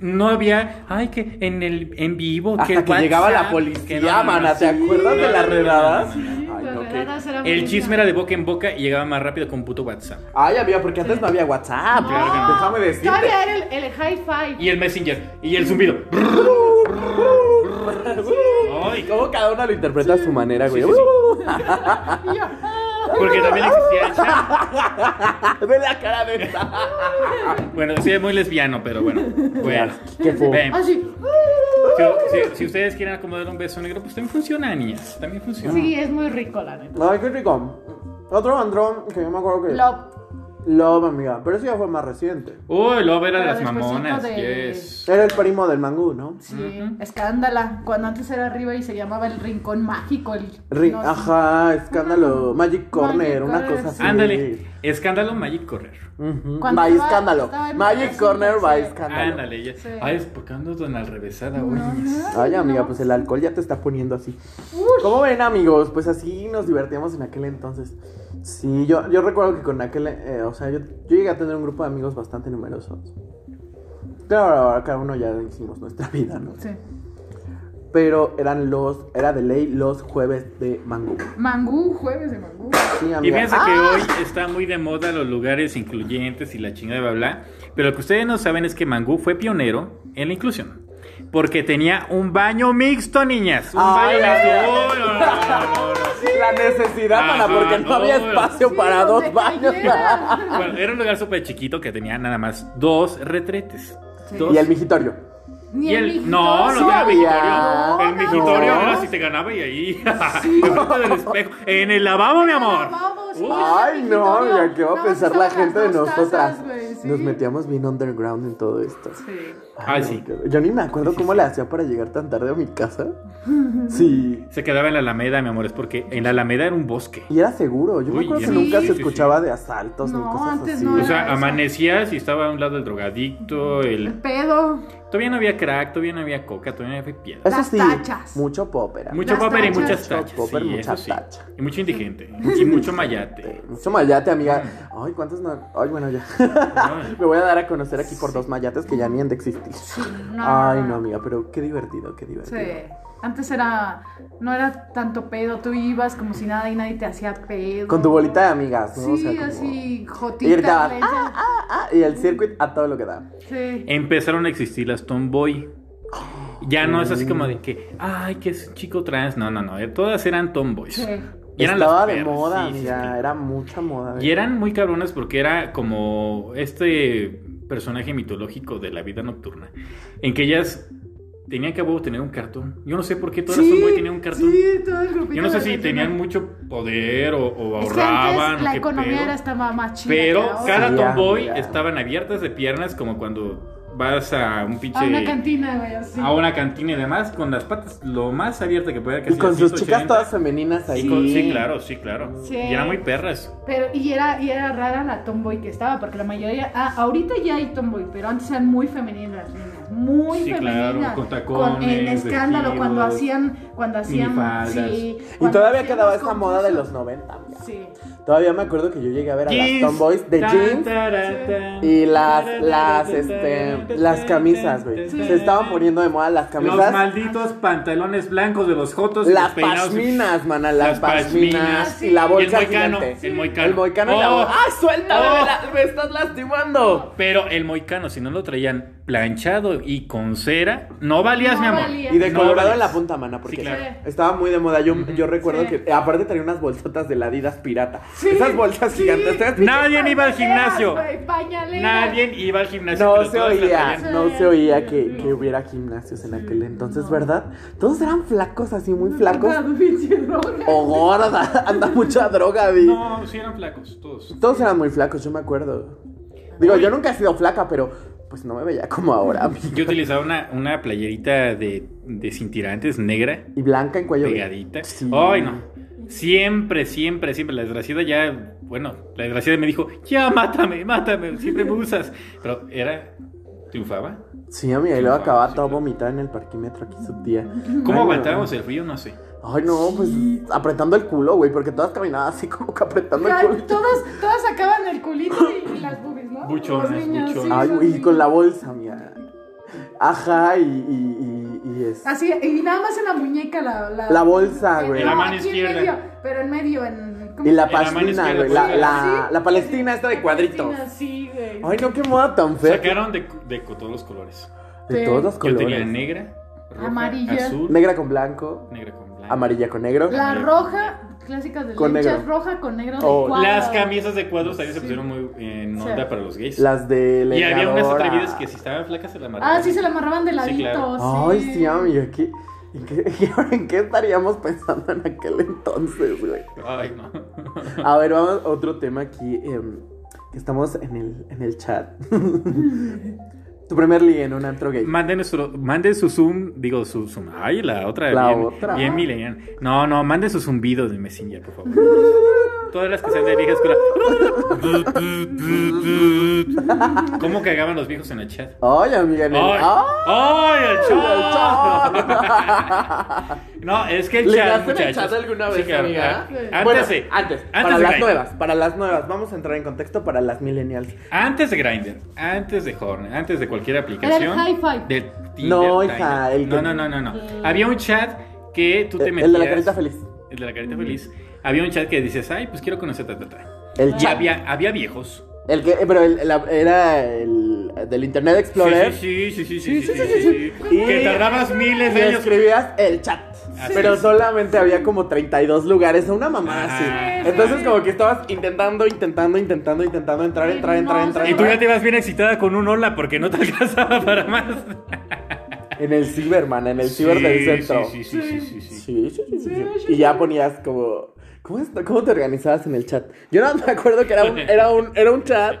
Speaker 2: No había, ay, que en el en vivo.
Speaker 1: Hasta
Speaker 2: el
Speaker 1: que llegaba
Speaker 2: WhatsApp,
Speaker 1: la
Speaker 2: que
Speaker 1: policía,
Speaker 2: no, no, no,
Speaker 1: mana,
Speaker 2: sí.
Speaker 1: ¿te acuerdas de las redadas?
Speaker 3: Sí,
Speaker 1: Ay,
Speaker 3: las
Speaker 1: no, qué-
Speaker 3: redadas eran
Speaker 2: El
Speaker 3: buenísimas.
Speaker 2: chisme era de boca en boca y llegaba más rápido con puto WhatsApp.
Speaker 1: Ay, amiga, porque antes no había WhatsApp.
Speaker 2: Claro que no.
Speaker 1: Déjame decirte.
Speaker 3: Todavía era Ah, el, el high five.
Speaker 2: Y el Messenger. Y el zumbido. Ay,
Speaker 1: Como cada uno lo interpreta a su manera, güey.
Speaker 2: Sí, sí, sí.
Speaker 3: Y yo, ah.
Speaker 2: Porque también existía el chat.
Speaker 1: Ve la cara de esta.
Speaker 2: Bueno, sí, es muy lesbiano, pero bueno. Bueno.
Speaker 1: Qué fo-
Speaker 2: Ven,
Speaker 3: Así. uh.
Speaker 2: si, si- si ustedes quieren acomodar un beso negro, pues también funciona, niñas. También funciona.
Speaker 3: Sí, es muy rico, la neta.
Speaker 1: Ay, qué rico. Otro bandrón que yo me acuerdo que.
Speaker 3: Lo
Speaker 1: Love, amiga. Pero eso ya fue más reciente.
Speaker 2: Uy, lo ver a
Speaker 3: Pero
Speaker 2: las
Speaker 3: despuésito
Speaker 2: mamonas.
Speaker 3: de-
Speaker 2: Yes.
Speaker 1: Era el primo del mangú, ¿no?
Speaker 3: Sí, escándala. Cuando antes era arriba y se llamaba el rincón mágico. El,
Speaker 1: Ri-
Speaker 3: no sé.
Speaker 1: Ajá, escándalo. Magic Corner,
Speaker 3: Magic
Speaker 1: una
Speaker 3: Corner,
Speaker 1: cosa
Speaker 3: sí.
Speaker 1: así.
Speaker 2: Ándale. Escándalo Magic Correr.
Speaker 1: Ujú.
Speaker 3: Cuando
Speaker 1: By
Speaker 3: estaba-
Speaker 1: escándalo.
Speaker 3: estaba en
Speaker 1: Magic
Speaker 3: Brasil,
Speaker 1: Corner, by
Speaker 3: sí.
Speaker 1: escándalo.
Speaker 2: Ándale, ya.
Speaker 3: Sí.
Speaker 2: Ay, espocando tan al revésada, güey.
Speaker 3: No, no,
Speaker 1: Ay, amiga,
Speaker 3: no.
Speaker 1: pues el alcohol ya te está poniendo así. ¿Cómo ven, amigos? Pues así nos divertíamos en aquel entonces. Sí, yo, yo recuerdo que con aquel. eh, o sea, yo, yo llegué a tener un grupo de amigos bastante numerosos. Claro, ahora cada uno ya hicimos nuestra vida, ¿no?
Speaker 3: Sí.
Speaker 1: Pero eran los. Era de ley los jueves de mangú.
Speaker 3: Mangú, jueves de mangú.
Speaker 1: Sí, amiga.
Speaker 2: Y piensa que
Speaker 1: ¡Ah!
Speaker 2: hoy está muy de moda los lugares incluyentes y la chingada de bla bla. Pero lo que ustedes no saben es que Mangú fue pionero en la inclusión. Porque tenía un baño mixto, niñas. Un
Speaker 1: Ay,
Speaker 2: baño
Speaker 1: ay,
Speaker 2: mixto.
Speaker 1: ay.
Speaker 2: Uy, no, no, no, no, no.
Speaker 1: La necesidad,
Speaker 2: Ajá,
Speaker 1: mana, porque no
Speaker 2: no,
Speaker 1: había
Speaker 2: güey.
Speaker 1: espacio
Speaker 3: Sí,
Speaker 1: para
Speaker 3: donde
Speaker 1: dos baños.
Speaker 3: cayera.
Speaker 2: Bueno, era un lugar súper chiquito que tenía nada más dos retretes. Dos.
Speaker 1: Y el migitorio.
Speaker 3: Ni
Speaker 2: Y
Speaker 3: el,
Speaker 2: el-
Speaker 3: mijitorio.
Speaker 2: no, no
Speaker 1: Sí
Speaker 2: era
Speaker 1: había.
Speaker 2: migitorio. El
Speaker 1: No,
Speaker 2: migitorio
Speaker 1: no.
Speaker 2: era si te ganaba y ahí. enfrente del espejo. En el lavabo, mi amor.
Speaker 3: Vamos,
Speaker 2: Uy.
Speaker 3: vamos.
Speaker 1: Ay, no,
Speaker 3: Victorio,
Speaker 1: mira, ¿qué va a
Speaker 3: no,
Speaker 1: pensar
Speaker 3: no
Speaker 1: la
Speaker 3: se
Speaker 1: gente de
Speaker 3: hagan las
Speaker 1: nosotras?
Speaker 3: tazas, güey, sí.
Speaker 1: Nos metíamos bien underground en todo esto.
Speaker 3: Sí.
Speaker 2: Ay,
Speaker 1: no,
Speaker 2: Ah, sí.
Speaker 1: qué- Yo ni me acuerdo cómo le hacía para llegar tan tarde a mi casa. Sí.
Speaker 2: Se quedaba en la Alameda, mi amor. Es porque en la Alameda era un bosque.
Speaker 1: Y era seguro. Yo me
Speaker 2: Uy,
Speaker 1: acuerdo
Speaker 2: ya
Speaker 1: que
Speaker 3: no.
Speaker 1: nunca
Speaker 3: Sí,
Speaker 1: se
Speaker 2: sí,
Speaker 1: escuchaba de asaltos ni
Speaker 3: No,
Speaker 1: cosas
Speaker 3: antes
Speaker 1: así.
Speaker 3: no
Speaker 2: O
Speaker 3: era.
Speaker 2: sea,
Speaker 3: eso.
Speaker 2: amanecías y estaba a un lado el drogadicto.
Speaker 3: El
Speaker 2: El...
Speaker 3: pedo.
Speaker 2: Todavía no había crack, todavía no había coca, todavía no había piedra.
Speaker 1: Eso
Speaker 3: Las
Speaker 1: sí,
Speaker 3: tachas.
Speaker 1: mucho pop era.
Speaker 2: Mucho
Speaker 3: Las
Speaker 2: popper y
Speaker 3: tachas.
Speaker 2: muchas
Speaker 1: Mucho
Speaker 2: tachas.
Speaker 1: popper,
Speaker 2: sí,
Speaker 1: mucha
Speaker 2: eso sí.
Speaker 1: tacha.
Speaker 2: Y mucho indigente. Y mucho mayate.
Speaker 1: Mucho mayate, amiga. Ay, ¿cuántos no? Ay, bueno, ya.
Speaker 2: Ay.
Speaker 1: Me voy a dar a conocer aquí por dos mayates que ya ni han de existir.
Speaker 3: no,
Speaker 1: Ay,
Speaker 3: no, no.
Speaker 1: no, amiga, pero qué divertido, qué divertido.
Speaker 3: Sí. Antes era. No era tanto pedo. Tú ibas como si nada y nadie te hacía pedo.
Speaker 1: Con tu bolita de amigas, ¿no? O
Speaker 3: Sí,
Speaker 1: sea, como-
Speaker 3: así.
Speaker 1: Y
Speaker 3: Jotita.
Speaker 1: gritabas,
Speaker 3: le
Speaker 1: ah, ah, ah, y el circuit a todo lo que da.
Speaker 3: decían. Sí.
Speaker 2: Empezaron a existir las tomboy. Ya no es así como de que, ay, que es un chico trans. No, no, no. eh, Todas eran tomboys.
Speaker 3: Sí.
Speaker 2: Y eran
Speaker 1: Estaba
Speaker 2: las
Speaker 1: de
Speaker 2: perras,
Speaker 1: moda, eh.
Speaker 2: sí, sí,
Speaker 1: amiga,
Speaker 2: sí.
Speaker 1: era mucha moda.
Speaker 2: Y eran muy cabronas porque era como este personaje mitológico de la vida nocturna. En que ellas tenían que a huevo tener un cartón. Yo no sé por qué todas las tomboy tenían un cartón.
Speaker 3: Sí, todo el grupito
Speaker 2: Yo no sé
Speaker 3: de
Speaker 2: si
Speaker 3: las
Speaker 2: tenían
Speaker 3: vecinas.
Speaker 2: mucho poder o, o
Speaker 3: Es que antes
Speaker 2: ahorraban. o
Speaker 3: la
Speaker 2: qué
Speaker 3: economía
Speaker 2: pedo.
Speaker 3: era estaba más chida. que
Speaker 2: Pero
Speaker 3: ahora.
Speaker 2: cada
Speaker 1: Sí,
Speaker 2: tomboy
Speaker 1: amiga.
Speaker 2: estaban abiertas de piernas como cuando vas a un pinche
Speaker 3: A una cantina, güey, así.
Speaker 2: a una cantina y demás, con las patas lo más abierta que pueda.
Speaker 1: y con sus chicas todas femeninas ahí.
Speaker 2: Sí, con- sí, claro, sí, claro.
Speaker 3: Sí.
Speaker 2: Y eran muy perras.
Speaker 3: Pero, y era, y era rara la tomboy que estaba, porque la mayoría, ah, ahorita ya hay tomboy, pero antes eran muy femeninas las niñas, muy
Speaker 2: Sí,
Speaker 3: femeninas.
Speaker 2: claro, con
Speaker 3: Con- en
Speaker 2: tacones,
Speaker 3: escándalo,
Speaker 2: vestidos,
Speaker 3: cuando hacían, cuando hacían,
Speaker 2: minifaldas.
Speaker 3: sí.
Speaker 1: Y
Speaker 3: cuando
Speaker 1: todavía
Speaker 3: hacían
Speaker 1: quedaba
Speaker 3: los
Speaker 1: esa moda de los
Speaker 3: concursos.
Speaker 1: 90, amiga.
Speaker 3: Sí.
Speaker 1: Todavía me acuerdo que yo llegué a ver a las
Speaker 2: Jeans.
Speaker 1: tomboys de
Speaker 2: Tan,
Speaker 1: jeans
Speaker 2: taran, tan.
Speaker 1: y las,
Speaker 2: Taran,
Speaker 1: las,
Speaker 2: taran, taran,
Speaker 1: este,
Speaker 2: taran,
Speaker 1: las
Speaker 2: taran,
Speaker 1: camisas, güey.
Speaker 2: taran,
Speaker 1: Se
Speaker 2: taran.
Speaker 1: estaban poniendo de moda las
Speaker 2: Los
Speaker 1: camisas.
Speaker 2: malditos pantalones blancos de los jotos. y
Speaker 1: Las
Speaker 2: los peinados.
Speaker 1: pasminas, mana, las
Speaker 2: Las
Speaker 1: pasminas
Speaker 3: Ah,
Speaker 2: pasminas.
Speaker 1: y la
Speaker 2: Y el
Speaker 1: bolsa
Speaker 2: moicano.
Speaker 1: gigante.
Speaker 2: El moicano.
Speaker 1: El moicano y la
Speaker 2: Oh.
Speaker 1: bolsa. ¡Ah, suéltame!
Speaker 2: Oh.
Speaker 1: Me, la- me estás lastimando!
Speaker 2: Pero el moicano, si no lo traían planchado y con cera, no valías,
Speaker 3: No
Speaker 2: mi amor.
Speaker 3: valía.
Speaker 1: Y de
Speaker 2: No
Speaker 1: colorado
Speaker 2: valías.
Speaker 1: en la punta, mana, porque
Speaker 2: Sí, claro.
Speaker 1: estaba muy de moda. Yo, yo recuerdo
Speaker 3: Sí.
Speaker 1: que, eh, aparte, traía unas bolsotas de la Adidas pirata.
Speaker 3: Sí,
Speaker 1: Esas bolsas
Speaker 3: sí.
Speaker 1: gigantes. ¿te-
Speaker 2: Nadie iba al gimnasio.
Speaker 3: Pañaleras, güey, pañaleras.
Speaker 2: Nadie iba al gimnasio.
Speaker 1: No
Speaker 2: pero
Speaker 1: se
Speaker 2: todas la
Speaker 1: oía,
Speaker 2: traían.
Speaker 1: no se oía que, que hubiera gimnasios en aquel entonces, ¿verdad? Todos eran flacos, así muy flacos.
Speaker 3: Cada pinche roja.
Speaker 1: O gorda, anda mucha droga, vi.
Speaker 2: No, sí eran flacos, todos.
Speaker 1: Todos eran muy flacos, yo me acuerdo. Digo, yo nunca he sido flaca, pero pues no me veía como ahora. amiga.
Speaker 2: Yo utilizaba una, una playerita de, de sin tirantes negra,
Speaker 1: Y blanca en cuello. vi.
Speaker 2: pegadita.
Speaker 1: Sí.
Speaker 2: Ay, no. Siempre, siempre, siempre. La desgraciada ya, bueno, la desgraciada me dijo, ya mátame, mátame, siempre me usas. Pero era, triunfaba.
Speaker 1: Sí, amiga, y luego
Speaker 2: Sí,
Speaker 1: acababa
Speaker 2: sí,
Speaker 1: toda
Speaker 2: claro.
Speaker 1: vomitada en el parquímetro aquí su tía.
Speaker 2: ¿Cómo
Speaker 1: Ay,
Speaker 2: aguantábamos el frío? No sé.
Speaker 1: No. Ay, no, pues apretando el culo, güey, porque todas caminaban así como que apretando el
Speaker 3: Ay,
Speaker 1: culo.
Speaker 3: Todas, todas sacaban el culito y, y las boobies, ¿no?
Speaker 2: Buchonas,
Speaker 3: Los niños,
Speaker 2: buchonas.
Speaker 3: sí,
Speaker 1: Ay,
Speaker 3: los
Speaker 1: güey, y
Speaker 3: niños.
Speaker 1: con la bolsa, mía. Ajá, y, y, y, y es.
Speaker 3: Así, y nada más en la muñeca la... La,
Speaker 1: La bolsa, güey.
Speaker 2: En la
Speaker 3: No,
Speaker 2: mano
Speaker 3: aquí en
Speaker 2: izquierda.
Speaker 3: medio, pero en medio, en... ¿cómo
Speaker 1: Y la
Speaker 2: En la mano
Speaker 1: pashmina,
Speaker 2: izquierda,
Speaker 1: güey. La,
Speaker 2: pues,
Speaker 1: la,
Speaker 3: Sí.
Speaker 1: la palestina esta de
Speaker 3: La
Speaker 1: cuadritos.
Speaker 3: palestina, sí, güey.
Speaker 1: Ay, no, qué moda tan fea.
Speaker 2: Sacaron de, de todos los colores.
Speaker 1: De todos los
Speaker 2: Yo
Speaker 1: colores.
Speaker 2: tenía negra, roja,
Speaker 3: Amarilla.
Speaker 2: azul,
Speaker 1: Negra con blanco,
Speaker 2: negra con blanco.
Speaker 1: amarilla con negro.
Speaker 3: La
Speaker 2: Negro.
Speaker 3: roja, clásica de
Speaker 1: Con
Speaker 3: leche,
Speaker 1: negro.
Speaker 3: roja con negro de
Speaker 1: Oh.
Speaker 3: cuadro.
Speaker 2: Las camisas de cuadros también se
Speaker 3: Sí.
Speaker 2: pusieron muy eh, en
Speaker 3: Sí.
Speaker 2: onda para los gays.
Speaker 1: Las de
Speaker 2: y
Speaker 1: leñadora.
Speaker 2: había unas atrevidas que si estaban flacas se la mataban.
Speaker 3: Ah, sí, se la amarraban de ladito,
Speaker 2: Sí,
Speaker 3: Oh, sí.
Speaker 2: claro.
Speaker 1: Ay, sí, amiga, ¿qué, en, qué, y ahora ¿en qué estaríamos pensando en aquel entonces, güey?
Speaker 2: Ay, no.
Speaker 1: A ver, vamos a otro tema aquí. em, que estamos en el, en el chat. tu primer ligue en un antro gay.
Speaker 2: Manden, nuestro- manden su Zoom, digo su Zoom. Ay, la otra.
Speaker 1: La
Speaker 2: bien,
Speaker 1: otra.
Speaker 2: Bien, milenial. No, no, manden sus zumbidos de Messenger, por favor. Todas las que sean de vieja escuela. ¿Cómo cagaban los viejos en el chat?
Speaker 1: Ay, amiga, en el.
Speaker 2: ¡Ay!
Speaker 1: ¡Ah!
Speaker 2: ¡Ay,
Speaker 1: ¡Chao!
Speaker 2: el chat! No, es que el chat,
Speaker 1: ¿Ligaste en el
Speaker 2: muchachos.
Speaker 1: chat alguna
Speaker 2: Sí,
Speaker 1: vez,
Speaker 2: claro,
Speaker 1: amiga?
Speaker 2: claro.
Speaker 3: Sí.
Speaker 2: Antes,
Speaker 1: Bueno,
Speaker 2: de-
Speaker 1: antes,
Speaker 2: antes
Speaker 1: para
Speaker 2: de
Speaker 1: las
Speaker 2: Grindr.
Speaker 1: nuevas, para las nuevas. Vamos a entrar en contexto para las millennials.
Speaker 2: Antes de Grindr, antes de Horn, antes de cualquier aplicación.
Speaker 3: Era el Hi-Fi.
Speaker 2: de Tinder,
Speaker 1: No,
Speaker 2: Tinder.
Speaker 1: hija, el que-
Speaker 2: No, no, no, no, no.
Speaker 3: Mm.
Speaker 2: Había un chat que tú te
Speaker 1: Eh, El-
Speaker 2: metías.
Speaker 1: el de la carita feliz.
Speaker 2: El de la carita feliz. Había un chat que dices, ay, pues quiero conocer ta, ta, ta.
Speaker 1: El
Speaker 2: Y
Speaker 1: chat.
Speaker 2: había, había viejos.
Speaker 1: El que, eh, pero el- la- era el del Internet Explorer.
Speaker 2: Sí, sí,
Speaker 1: Sí,
Speaker 2: sí, sí, sí, sí,
Speaker 1: sí,
Speaker 2: sí,
Speaker 1: sí, sí.
Speaker 2: sí. Que
Speaker 1: Y-
Speaker 2: tardabas miles
Speaker 1: Y
Speaker 2: de años.
Speaker 1: escribías el chat.
Speaker 2: Así
Speaker 1: Pero
Speaker 2: es.
Speaker 1: solamente había como 32 lugares, una mamá
Speaker 2: Ajá.
Speaker 1: así.
Speaker 2: Sí,
Speaker 1: Entonces
Speaker 3: sí.
Speaker 1: como que estabas intentando, intentando, intentando, intentando entrar,
Speaker 3: Sí,
Speaker 1: entrar, entrar,
Speaker 3: no,
Speaker 1: entrar.
Speaker 2: Y tú ya
Speaker 1: entrar.
Speaker 2: te ibas bien excitada con un hola porque no te alcanzaba para más.
Speaker 1: En el Ciberman, en el ciber del centro.
Speaker 2: Sí, sí, sí, sí, sí, sí.
Speaker 1: Sí, sí, sí, sí,
Speaker 3: Sí,
Speaker 1: sí.
Speaker 3: sí,
Speaker 1: Y ya ponías como. ¿Cómo, es- cómo te organizabas en el chat? Yo no me acuerdo que era un, era un, era un chat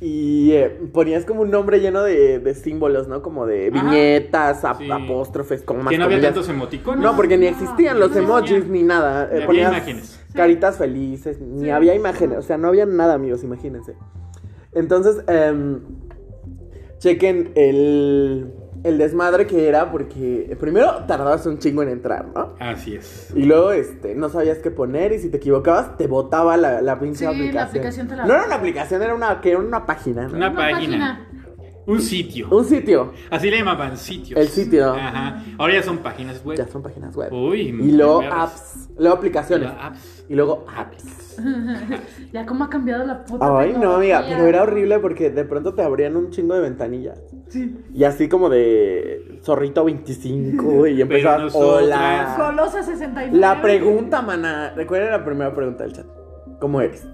Speaker 1: y eh, ponías como un nombre lleno de, de símbolos, ¿no? Como de
Speaker 2: Ajá.
Speaker 1: viñetas, ap-
Speaker 2: Sí.
Speaker 1: apóstrofes, como más
Speaker 2: Que no había
Speaker 1: comillas.
Speaker 2: tantos emoticones.
Speaker 1: No, porque ni
Speaker 3: No,
Speaker 1: existían
Speaker 3: no
Speaker 1: los emojis
Speaker 2: existían.
Speaker 1: ni nada.
Speaker 2: Ni
Speaker 1: Eh,
Speaker 2: había
Speaker 1: ponías
Speaker 2: imágenes.
Speaker 1: Caritas felices, ni
Speaker 3: Sí.
Speaker 1: había imágenes. O sea, no había nada, amigos, imagínense. Entonces, em, chequen el, el desmadre que era porque primero tardabas un chingo en entrar, ¿no?
Speaker 2: Así es.
Speaker 1: Y luego, este, no sabías qué poner y si te equivocabas, te botaba la, la pinche
Speaker 3: Sí, la
Speaker 1: aplicación.
Speaker 3: aplicación te la-
Speaker 1: No era una aplicación, era una, que era una página, ¿no?
Speaker 2: Una
Speaker 3: Una
Speaker 2: página. Un sitio.
Speaker 1: Un sitio.
Speaker 2: Así le llamaban sitios.
Speaker 1: El sitio.
Speaker 2: Ajá. Ahora ya son páginas web.
Speaker 1: Ya son páginas web.
Speaker 2: Uy,
Speaker 1: y luego
Speaker 2: vergas.
Speaker 1: apps. Luego aplicaciones.
Speaker 2: La apps.
Speaker 1: Y luego apps.
Speaker 3: Ya cómo ha cambiado la puta
Speaker 1: Ay, no, amiga,
Speaker 3: tecnología.
Speaker 1: pero era horrible porque de pronto te abrían un chingo de ventanillas.
Speaker 3: Sí.
Speaker 1: Y así como de zorrito 25 y empezabas,
Speaker 2: nosotras-
Speaker 1: hola.
Speaker 3: Golosa 69.
Speaker 1: La pregunta, mana, recuerda la primera pregunta del chat. ¿Cómo eres?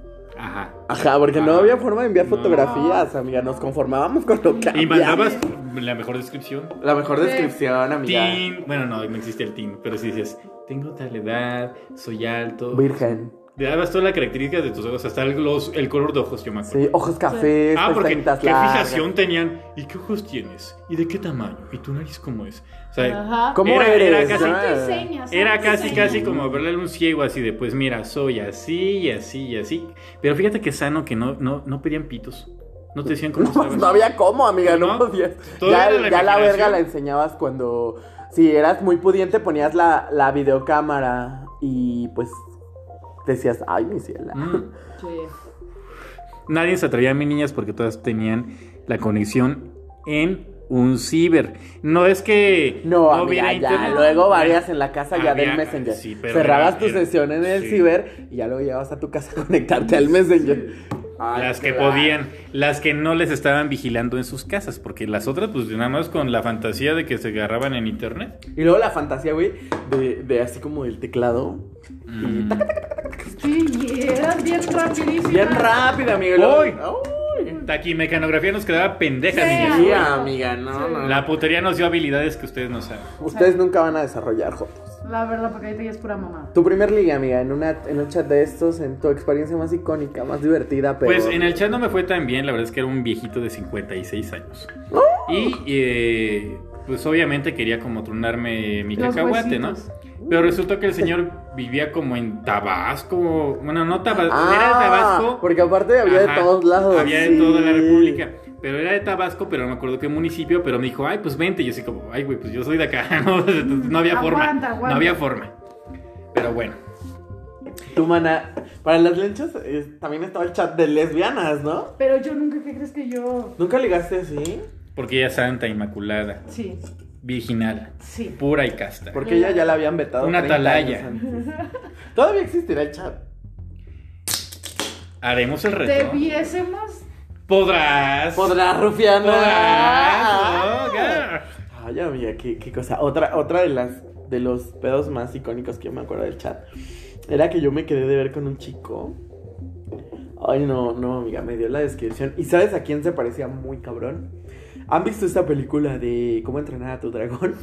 Speaker 2: Ajá.
Speaker 1: Ajá, porque no
Speaker 2: Ah,
Speaker 1: había forma de enviar
Speaker 2: no.
Speaker 1: fotografías, amiga. Nos conformábamos con lo que
Speaker 2: Y
Speaker 1: había.
Speaker 2: mandabas la mejor descripción.
Speaker 1: La mejor
Speaker 3: Sí.
Speaker 1: descripción, amiga.
Speaker 2: Team. Bueno, no, no existe el team, pero si dices, tengo tal edad, soy alto.
Speaker 1: Virgen.
Speaker 2: Le dabas todas las características de tus ojos, hasta el, gloss- el color de ojos, yo me acuerdo.
Speaker 1: Sí, ojos cafés,
Speaker 2: Ah, porque qué
Speaker 1: pestañitas largas.
Speaker 2: fijación tenían. ¿Y qué ojos tienes? ¿Y de qué tamaño? ¿Y tu nariz cómo es? O sea,
Speaker 3: Ajá.
Speaker 1: ¿Cómo
Speaker 2: Era- era
Speaker 1: eres?
Speaker 2: casi-
Speaker 1: Ah.
Speaker 2: era casi, casi como verle a un ciego así de, pues mira, soy así y así y así. Pero fíjate que sano que no, no, no pedían pitos. No te decían cómo
Speaker 1: No,
Speaker 2: estabas.
Speaker 1: no había cómo, amiga, no,
Speaker 2: No,
Speaker 1: podías.
Speaker 2: todo
Speaker 1: Ya,
Speaker 2: era la
Speaker 1: ya la
Speaker 2: imaginación.
Speaker 1: verga la enseñabas cuando. Si eras muy pudiente, ponías la, la videocámara y pues decías, ay, mi ciela.
Speaker 2: Mm.
Speaker 3: Sí.
Speaker 2: Nadie se atrevía a mis niñas porque todas tenían la conexión en un ciber. No es que
Speaker 1: No, amiga,
Speaker 2: hubiera
Speaker 1: ya.
Speaker 2: internet.
Speaker 1: Luego varias en la casa ya del
Speaker 2: Había-
Speaker 1: Messenger.
Speaker 2: sí, pero
Speaker 1: Cerrabas
Speaker 2: era-
Speaker 1: tu
Speaker 2: era-
Speaker 1: sesión en el
Speaker 2: sí.
Speaker 1: ciber y ya luego llegabas a tu casa a conectarte al Messenger. Ay,
Speaker 2: Las que
Speaker 1: qué va.
Speaker 2: podían, las que no les estaban vigilando en sus casas, porque las otras pues nada más con la fantasía de que se agarraban en internet.
Speaker 1: Y luego la fantasía, güey, de, de así como el teclado.
Speaker 2: Mm.
Speaker 3: Sí, y eran bien rapidísimo.
Speaker 1: Bien rápido, amigo. y luego-
Speaker 2: Uy.
Speaker 1: Uy.
Speaker 2: Taquimecanografía nos quedaba pendeja,
Speaker 3: Sí.
Speaker 2: niñas.
Speaker 1: Sí, amiga, no,
Speaker 3: Sí.
Speaker 1: no.
Speaker 2: La putería nos dio habilidades que ustedes no saben.
Speaker 1: Ustedes nunca van a desarrollar jotos.
Speaker 3: La verdad, porque ahorita ya es pura mamá.
Speaker 1: Tu primer liga, amiga, en, una, en un chat de estos, en tu experiencia más icónica, más divertida, pero.
Speaker 2: Pues en el chat no me fue tan bien, la verdad es que era un viejito de 56 años. Y eh, pues obviamente quería como tronarme mi
Speaker 3: Los
Speaker 2: cacahuate, ¿no?
Speaker 3: huesitos.
Speaker 2: Pero resultó que el señor vivía como en Tabasco, bueno, no Tabasco,
Speaker 1: Ah,
Speaker 2: era de Tabasco.
Speaker 1: Porque aparte había
Speaker 2: Ajá,
Speaker 1: de todos lados.
Speaker 2: Había de toda la
Speaker 1: sí.
Speaker 2: República. Pero era de Tabasco, pero no me acuerdo qué municipio, pero me dijo, ay, pues vente. Y yo así como, ay, güey, pues yo soy de acá. No, no había forma.
Speaker 3: Aguanta, aguanta.
Speaker 2: No había forma. Pero bueno.
Speaker 1: Tu mana. Para las lenchas eh, también estaba el chat de lesbianas, ¿no?
Speaker 3: Pero yo nunca, ¿qué crees que yo?
Speaker 1: ¿Nunca ligaste así?
Speaker 2: Porque ella es santa, inmaculada,
Speaker 3: Sí,
Speaker 2: virginal,
Speaker 3: sí.
Speaker 2: pura y casta.
Speaker 1: Porque ella ya la habían vetado.
Speaker 2: Una
Speaker 1: 30 años
Speaker 2: atalaya.
Speaker 1: antes. Todavía existirá el chat.
Speaker 2: Haremos el reto.
Speaker 3: Debiésemos.
Speaker 2: Podrás.
Speaker 1: Podrás, rufiana. Ah.
Speaker 2: Podrás. ¿no?
Speaker 1: Ay, amiga, qué, qué cosa. Otra, otra de las de los pedos más icónicos que yo me acuerdo del chat. Era que yo me quedé de ver con un chico. Ay, no, no, amiga, me dio la descripción. ¿Y sabes a quién se parecía muy cabrón? ¿Han visto esta película de cómo entrenar a tu dragón?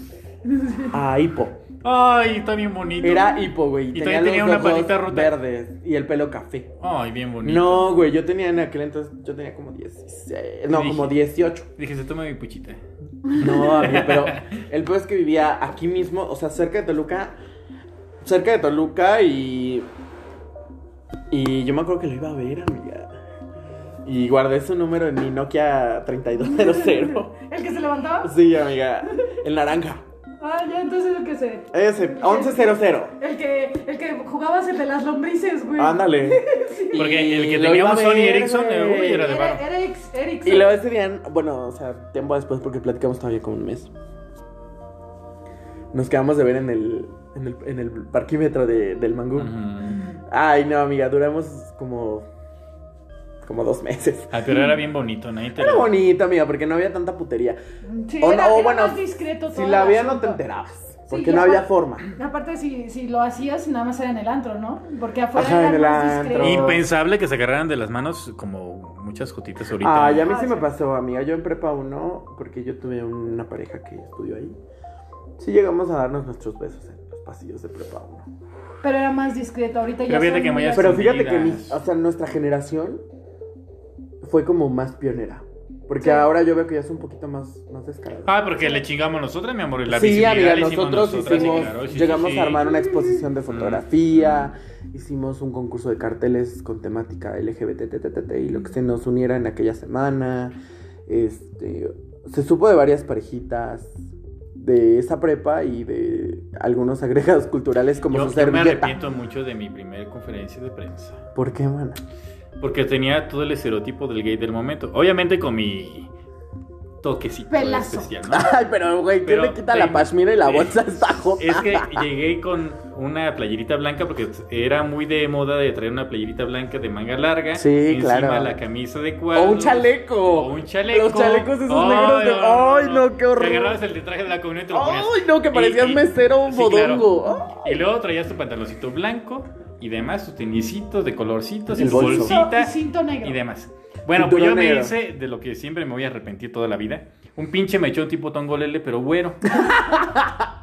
Speaker 1: A Hippo.
Speaker 2: Ay, está bien bonito.
Speaker 1: Era Hippo, güey.
Speaker 2: Y
Speaker 1: tenía
Speaker 2: también tenía
Speaker 1: los
Speaker 2: una
Speaker 1: ojos
Speaker 2: patita rota.
Speaker 1: verdes y el pelo café.
Speaker 2: Ay, bien bonito.
Speaker 1: No, güey, yo tenía en aquel entonces, yo tenía como 16, no,
Speaker 2: Dije-
Speaker 1: como 18.
Speaker 2: Dije, se toma mi puchita.
Speaker 1: No, amigo, pero el peor es que vivía aquí mismo, o sea, cerca de Toluca. Cerca de Toluca y. Y yo me acuerdo que lo iba a ver, amiga. Y guardé su número en mi Nokia 3200.
Speaker 3: ¿El que se levantaba?
Speaker 1: Sí, amiga. El naranja.
Speaker 3: Ah, ya, entonces el que se.
Speaker 1: Ese, 1100.
Speaker 3: El que, el que jugabas el de las lombrices, güey.
Speaker 1: Ándale.
Speaker 2: Porque el que
Speaker 1: lo iba a
Speaker 2: teníamos Sony
Speaker 1: ver,
Speaker 2: Ericsson, eh,
Speaker 1: güey.
Speaker 2: uy, era de barro.
Speaker 3: Era, era Eric- Erickson.
Speaker 1: Y luego ese día, bueno, o sea, tiempo después, porque platicamos todavía como un mes. Nos quedamos de ver en el, en el, en el parquímetro de- del Mangú.
Speaker 2: Ujú.
Speaker 1: Ay, no, amiga, duramos como. como dos meses.
Speaker 2: Ah, pero era bien bonito, nadie te
Speaker 1: Era
Speaker 2: lo-
Speaker 1: bonito, amiga, porque no había tanta putería.
Speaker 3: Sí,
Speaker 1: o
Speaker 3: era,
Speaker 1: no,
Speaker 3: era
Speaker 1: bueno,
Speaker 3: más discreto
Speaker 1: Si
Speaker 3: todo
Speaker 1: la
Speaker 3: el
Speaker 1: había, no te
Speaker 3: asunto.
Speaker 1: enterabas. Porque
Speaker 3: y
Speaker 1: no había
Speaker 3: aparte-
Speaker 1: forma.
Speaker 3: Aparte, si, si lo hacías, nada más era en el antro, ¿no? Porque afuera
Speaker 1: Ajá,
Speaker 3: era
Speaker 1: en el
Speaker 3: más
Speaker 1: antro.
Speaker 3: discreto.
Speaker 2: Impensable que se agarraran de las manos como muchas jotitas ahorita.
Speaker 1: Ah, ya a mí
Speaker 3: Ah,
Speaker 1: sí me
Speaker 3: sí.
Speaker 1: pasó, amiga. Yo en prepa 1, porque yo tuve una pareja que estudió ahí. Sí llegamos a darnos nuestros besos en los pasillos de prepa 1.
Speaker 3: Pero era más discreto. Ahorita
Speaker 2: Pero
Speaker 3: ya.
Speaker 2: fíjate
Speaker 3: son
Speaker 2: que
Speaker 3: muy
Speaker 2: Maya-
Speaker 3: así.
Speaker 1: Pero fíjate que mi-
Speaker 2: Escondidas.
Speaker 1: o sea, nuestra generación fue como más pionera. Porque
Speaker 3: Sí.
Speaker 1: ahora yo veo que ya es un poquito más, más descarado.
Speaker 2: Ah, porque le chingamos nosotras, mi amor. y Pues La
Speaker 1: sí,
Speaker 2: visibilidad
Speaker 1: amiga,
Speaker 2: la hicimos
Speaker 1: nosotros
Speaker 2: nosotras,
Speaker 1: hicimos,
Speaker 2: sí, claro, sí, sí,
Speaker 1: llegamos
Speaker 2: sí. Mm.
Speaker 1: a armar una exposición de fotografía, hicimos un concurso de carteles con temática LGBT y lo que se nos uniera en aquella semana. Este, se supo de varias parejitas de esa prepa y de algunos agregados culturales como
Speaker 2: Yo,
Speaker 1: su
Speaker 2: yo me
Speaker 1: servilleta.
Speaker 2: arrepiento mucho de mi primera conferencia de prensa.
Speaker 1: ¿Por qué, mana?
Speaker 2: Porque tenía todo el estereotipo del gay del momento. Obviamente con mi toquecito
Speaker 3: Pelazo.
Speaker 2: especial, ¿no?
Speaker 1: Ay, pero güey, ¿quién
Speaker 2: Pero
Speaker 1: le quita
Speaker 2: te-
Speaker 1: la pashmina y la bolsa a esta jota?
Speaker 2: Es que llegué con una playerita blanca porque era muy de moda de traer una playerita blanca de manga larga.
Speaker 1: Sí,
Speaker 2: encima
Speaker 1: claro.
Speaker 2: la camisa de cuadro.
Speaker 1: O un chaleco.
Speaker 2: O un chaleco.
Speaker 1: Los chalecos esos
Speaker 2: Ay,
Speaker 1: negros de. ¡Ay, no, qué
Speaker 2: Te
Speaker 1: horror!
Speaker 2: agarrabas el de traje de la comunión y te lo ponías.
Speaker 1: ¡Ay, no, que parecías
Speaker 2: Y- y-
Speaker 1: mesero
Speaker 2: sí, claro.
Speaker 1: bodongo!
Speaker 2: Y luego traías tu pantaloncito blanco y demás, tus tenisitos de colorcitos, y
Speaker 1: El
Speaker 2: tu
Speaker 1: bolso.
Speaker 2: bolsita
Speaker 3: Y cinto negro.
Speaker 2: y demás. Bueno,
Speaker 1: Y
Speaker 2: pues yo
Speaker 1: turón
Speaker 2: me
Speaker 1: negro.
Speaker 2: hice de lo que siempre me voy a arrepentir toda la vida. Un pinche mechón tipo tongolele, pero güero.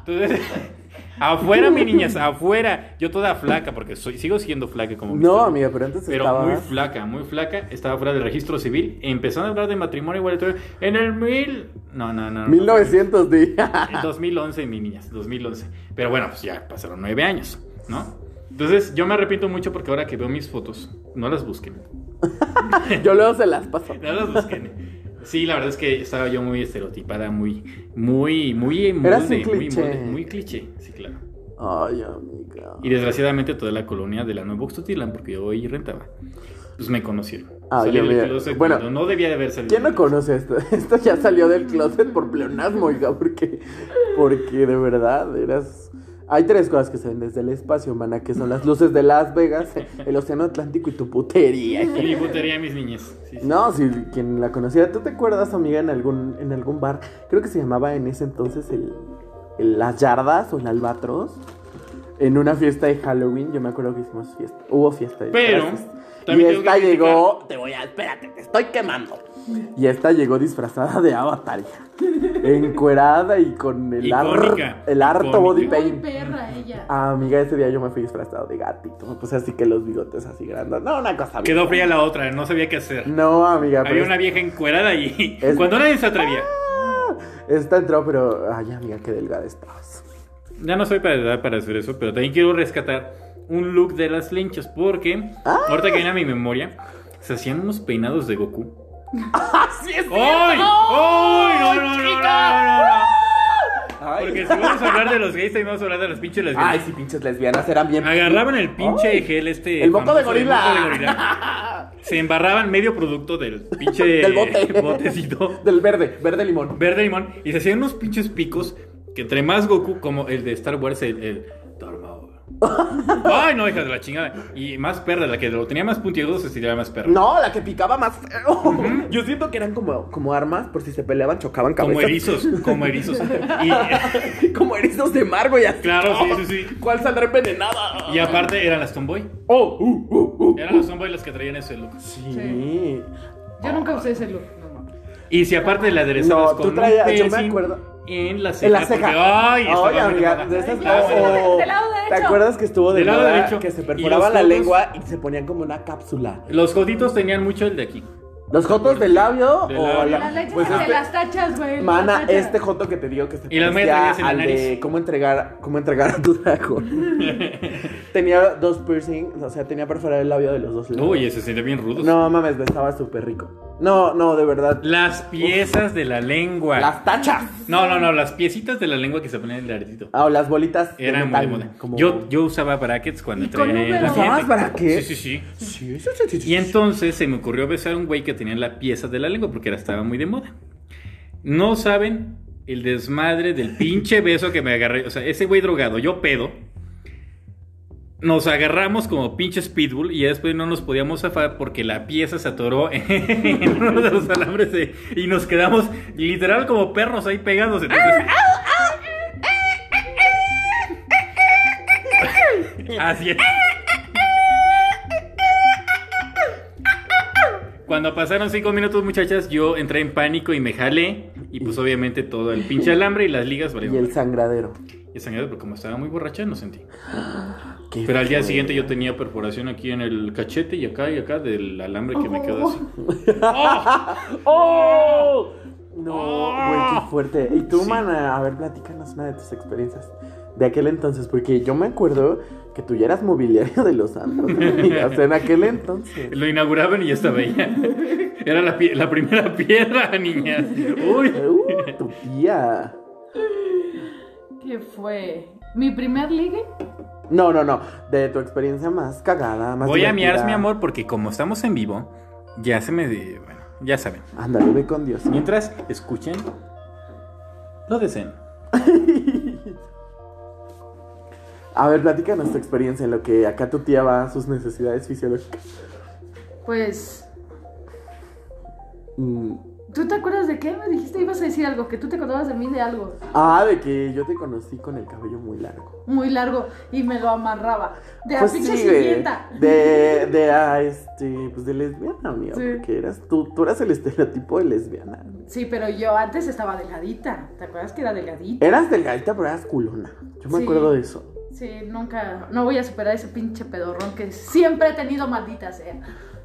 Speaker 2: Entonces, afuera, mi niñas, afuera. Yo toda flaca, porque soy, sigo siendo flaca como
Speaker 1: No,
Speaker 2: mis-
Speaker 1: amiga, pero antes
Speaker 2: pero
Speaker 1: estaba.
Speaker 2: muy flaca, muy flaca. Estaba fuera del registro civil. Empezando a hablar de matrimonio igualitario. En el mil. No, no, no. no.
Speaker 1: 1900, di.
Speaker 2: En 2011, mi niñas, 2011. Pero bueno, pues ya pasaron nueve años, ¿no? Entonces, yo me arrepiento mucho porque ahora que veo mis fotos, no las busquen.
Speaker 1: Yo luego se las paso.
Speaker 2: No las busquen. Sí, la verdad es que estaba yo muy estereotipada, muy, muy, muy, muy,
Speaker 1: Eras un
Speaker 2: muy,
Speaker 1: cliché. Ah.
Speaker 2: molde, muy cliché, sí, claro.
Speaker 1: Ay, amiga.
Speaker 2: Y desgraciadoamente toda la colonia de la Nueva Oxtotitlán, porque yo ahí rentaba, pues me conocieron.
Speaker 1: Ah,
Speaker 2: Salí
Speaker 1: yo
Speaker 2: del
Speaker 1: mira,
Speaker 2: closet
Speaker 1: bueno,
Speaker 2: cuando no debía de haber salido.
Speaker 1: ¿Quién no conoce esto? Esto ya salió del closet por pleonasmo, oiga, porque, porque de verdad eras... Hay tres cosas que se ven desde el espacio, mana, que son las luces de Las Vegas, el océano Atlántico y tu putería.
Speaker 2: Y mi putería, mis niñas. Sí, sí.
Speaker 1: No, si quien la conocía, ¿tú te acuerdas, amiga, en algún, en algún bar? Creo que se llamaba en ese entonces el, el Las Yardas o el Albatros. En una fiesta de Halloween, yo me acuerdo que hicimos fiesta. Hubo fiesta de
Speaker 2: Pero,
Speaker 1: disfraces. Y
Speaker 2: también tengo que
Speaker 1: esta
Speaker 2: criticar-
Speaker 1: llegó. Te voy a. Espérate, te estoy quemando. Y esta llegó disfrazada de Avatar. ya. Encuerada y con el,
Speaker 2: Icónica,
Speaker 1: ar- el harto
Speaker 2: icónica.
Speaker 1: body
Speaker 3: Muy
Speaker 1: paint.
Speaker 3: perra ella.
Speaker 1: Ah, amiga, ese día yo me fui disfrazado de gatito. Me puse así que los bigotes así grandes. No, una cosa.
Speaker 2: Quedó
Speaker 1: bien.
Speaker 2: fría la otra, no sabía qué hacer.
Speaker 1: No, amiga, pero
Speaker 2: Había una vieja encuerada y
Speaker 1: Es-
Speaker 2: cuando nadie se atrevía.
Speaker 1: Esta entró, pero. Ay, amiga, qué delgada estabas.
Speaker 2: Ya no soy para edad para hacer eso, pero también quiero rescatar un look de las linchas porque
Speaker 1: Ah.
Speaker 2: ahorita que viene a mi memoria, se hacían unos peinados de Goku.
Speaker 1: ¡Así Ah, es!
Speaker 2: ¡Ay! ¡Ay! ¡No, no, no, no, no, no, no! Porque si vamos a hablar de los gays, también vamos a hablar de las pinches lesbianas.
Speaker 1: Ay, sí, pinches lesbianas eran bien.
Speaker 2: Agarraban el pinche
Speaker 1: Ay.
Speaker 2: gel este.
Speaker 1: El moco de
Speaker 2: famoso del
Speaker 1: gorila.
Speaker 2: moco de gorila. Se embarraban medio producto del pinche
Speaker 1: Del bote.
Speaker 2: botecito.
Speaker 1: Del verde, verde limón.
Speaker 2: Verde limón. Y se hacían unos pinches picos que entre más Goku, como el de Star Wars, el, el Darth Maul. Ay, no, hija de la chingada. Y más perra, la que lo tenía más puntiagudo se estiraba más perra.
Speaker 1: No, la que picaba más feo. Yo siento que eran como, como armas, por si se peleaban, chocaban cabezas.
Speaker 2: como erizos, como erizos. Y,
Speaker 1: como erizos de mar, güey. así.
Speaker 2: Claro, sí, sí, sí.
Speaker 1: ¿Cuál saldrá envenenada?
Speaker 2: y aparte eran las Tomboy.
Speaker 1: Oh, uh, uh, uh.
Speaker 2: Eran las Tomboy las que traían ese look.
Speaker 1: Sí.
Speaker 3: Sí. Yo nunca usé ese look. no mames.
Speaker 2: Y si aparte la aderezabas
Speaker 1: No, tú
Speaker 2: con un
Speaker 1: traías- yo me
Speaker 2: piercing
Speaker 1: acuerdo.
Speaker 2: En la ceja.
Speaker 1: En la ceja.
Speaker 2: porque- ay, estaba muy
Speaker 1: amiga,
Speaker 2: enojada.
Speaker 1: de esas
Speaker 3: Ay, no,
Speaker 1: cosas-
Speaker 3: del-
Speaker 1: o-
Speaker 3: del lado
Speaker 1: ¿Te
Speaker 3: derecho.
Speaker 1: acuerdas que estuvo de
Speaker 2: Del lado
Speaker 1: moda
Speaker 2: derecho.
Speaker 1: que se
Speaker 2: Y
Speaker 1: perforaba
Speaker 2: los
Speaker 1: la
Speaker 2: codos-
Speaker 1: lengua y se ponían como una cápsula?
Speaker 2: Los joditos tenían mucho el de aquí.
Speaker 1: ¿Los jotos del labio?
Speaker 2: Del
Speaker 1: o
Speaker 2: labio.
Speaker 1: la-
Speaker 3: Las leches
Speaker 1: pues
Speaker 3: que
Speaker 1: este-
Speaker 3: te las tachas, güey.
Speaker 1: Mana,
Speaker 3: las tachas.
Speaker 1: este joto que te digo que se
Speaker 2: Y las medias
Speaker 1: parecía
Speaker 2: traías en la
Speaker 1: al de
Speaker 2: nariz.
Speaker 1: cómo entregar, cómo entregar a tu dragón. tenía dos piercings, o sea, tenía perforado el labio de los dos lados.
Speaker 2: Uy, ese se siente bien rudo.
Speaker 1: No mames, estaba súper rico. No, no, de verdad.
Speaker 2: Las piezas de la lengua.
Speaker 1: Las tachas.
Speaker 2: No, no, no, las piecitas de la lengua que se ponían en el aretito.
Speaker 1: Ah, o las bolitas. de
Speaker 2: Eran muy
Speaker 1: metal,
Speaker 2: de moda.
Speaker 1: como-
Speaker 2: Yo, yo usaba brackets cuando
Speaker 3: Y con
Speaker 2: traía
Speaker 3: números.
Speaker 2: la
Speaker 1: ¿Usabas
Speaker 2: dieta.
Speaker 1: brackets?
Speaker 2: Sí, sí, sí.
Speaker 1: Sí, sí, sí, sí, sí.
Speaker 2: Y entonces se me ocurrió besar a un güey que tenía la pieza de la lengua porque era, estaba muy de moda. No saben el desmadre del pinche beso que me agarré. O sea, ese güey drogado, yo pedo. Nos agarramos como pinche Speedbull y ya después no nos podíamos zafar porque la pieza se atoró en uno de los alambres de- y nos quedamos literal como perros ahí pegados. Entonces, Así es. Cuando pasaron cinco minutos, muchachas, yo entré en pánico y me jalé. Y pues obviamente todo el pinche alambre y las ligas
Speaker 1: Y
Speaker 2: valieron.
Speaker 1: el sangradero.
Speaker 2: Y sangrado, porque como estaba muy borracha, no sentí.
Speaker 1: Qué
Speaker 2: Pero al día
Speaker 1: feo.
Speaker 2: siguiente yo tenía perforación aquí en el cachete y acá y acá del alambre que me quedó así.
Speaker 1: ¡Oh! No,
Speaker 2: ¡Oh!
Speaker 1: güey, qué fuerte. Y tú,
Speaker 2: Sí.
Speaker 1: mana, a ver, platícanos una de tus experiencias de aquel entonces, porque yo me acuerdo que tú ya eras mobiliario de los antros, amiga, o sea, en aquel entonces.
Speaker 2: Lo inauguraban y ya estaba ella. Era la, pie- la primera piedra, niñas. Uy.
Speaker 1: Uh, tu tía.
Speaker 3: ¿Qué fue? ¿Mi primer ligue?
Speaker 1: No, no, no, de tu experiencia más cagada, más
Speaker 2: Voy a
Speaker 1: divertida.
Speaker 2: miar, mi amor, porque como estamos en vivo, ya se me. de- Bueno, ya saben.
Speaker 1: Ándale, ve con Dios.
Speaker 2: Mientras escuchen, lo deseen.
Speaker 1: A ver, platícanos tu experiencia en lo que acá tu tía va a sus necesidades fisiológicas.
Speaker 3: Pues.
Speaker 1: Mm.
Speaker 3: ¿Tú te acuerdas de qué? Me dijiste, ibas a decir algo, que tú te acordabas de mí de algo
Speaker 1: Ah, de que yo te conocí con el cabello muy largo.
Speaker 3: muy largo y me lo amarraba. De la pinche
Speaker 1: Pues güey.
Speaker 3: sirvienta.
Speaker 1: De, de, ah, este, pues de lesbiana, amigo,
Speaker 3: Sí.
Speaker 1: porque eras tú, tú eras el estereotipo de lesbiana.
Speaker 3: Sí, pero yo antes estaba delgadita. ¿Te acuerdas que era delgadita?
Speaker 1: Eras delgadita, pero eras culona. Yo me
Speaker 3: Sí.
Speaker 1: acuerdo de eso.
Speaker 3: Sí, nunca. No voy a superar ese pinche pedorrón que siempre he tenido, maldita sea.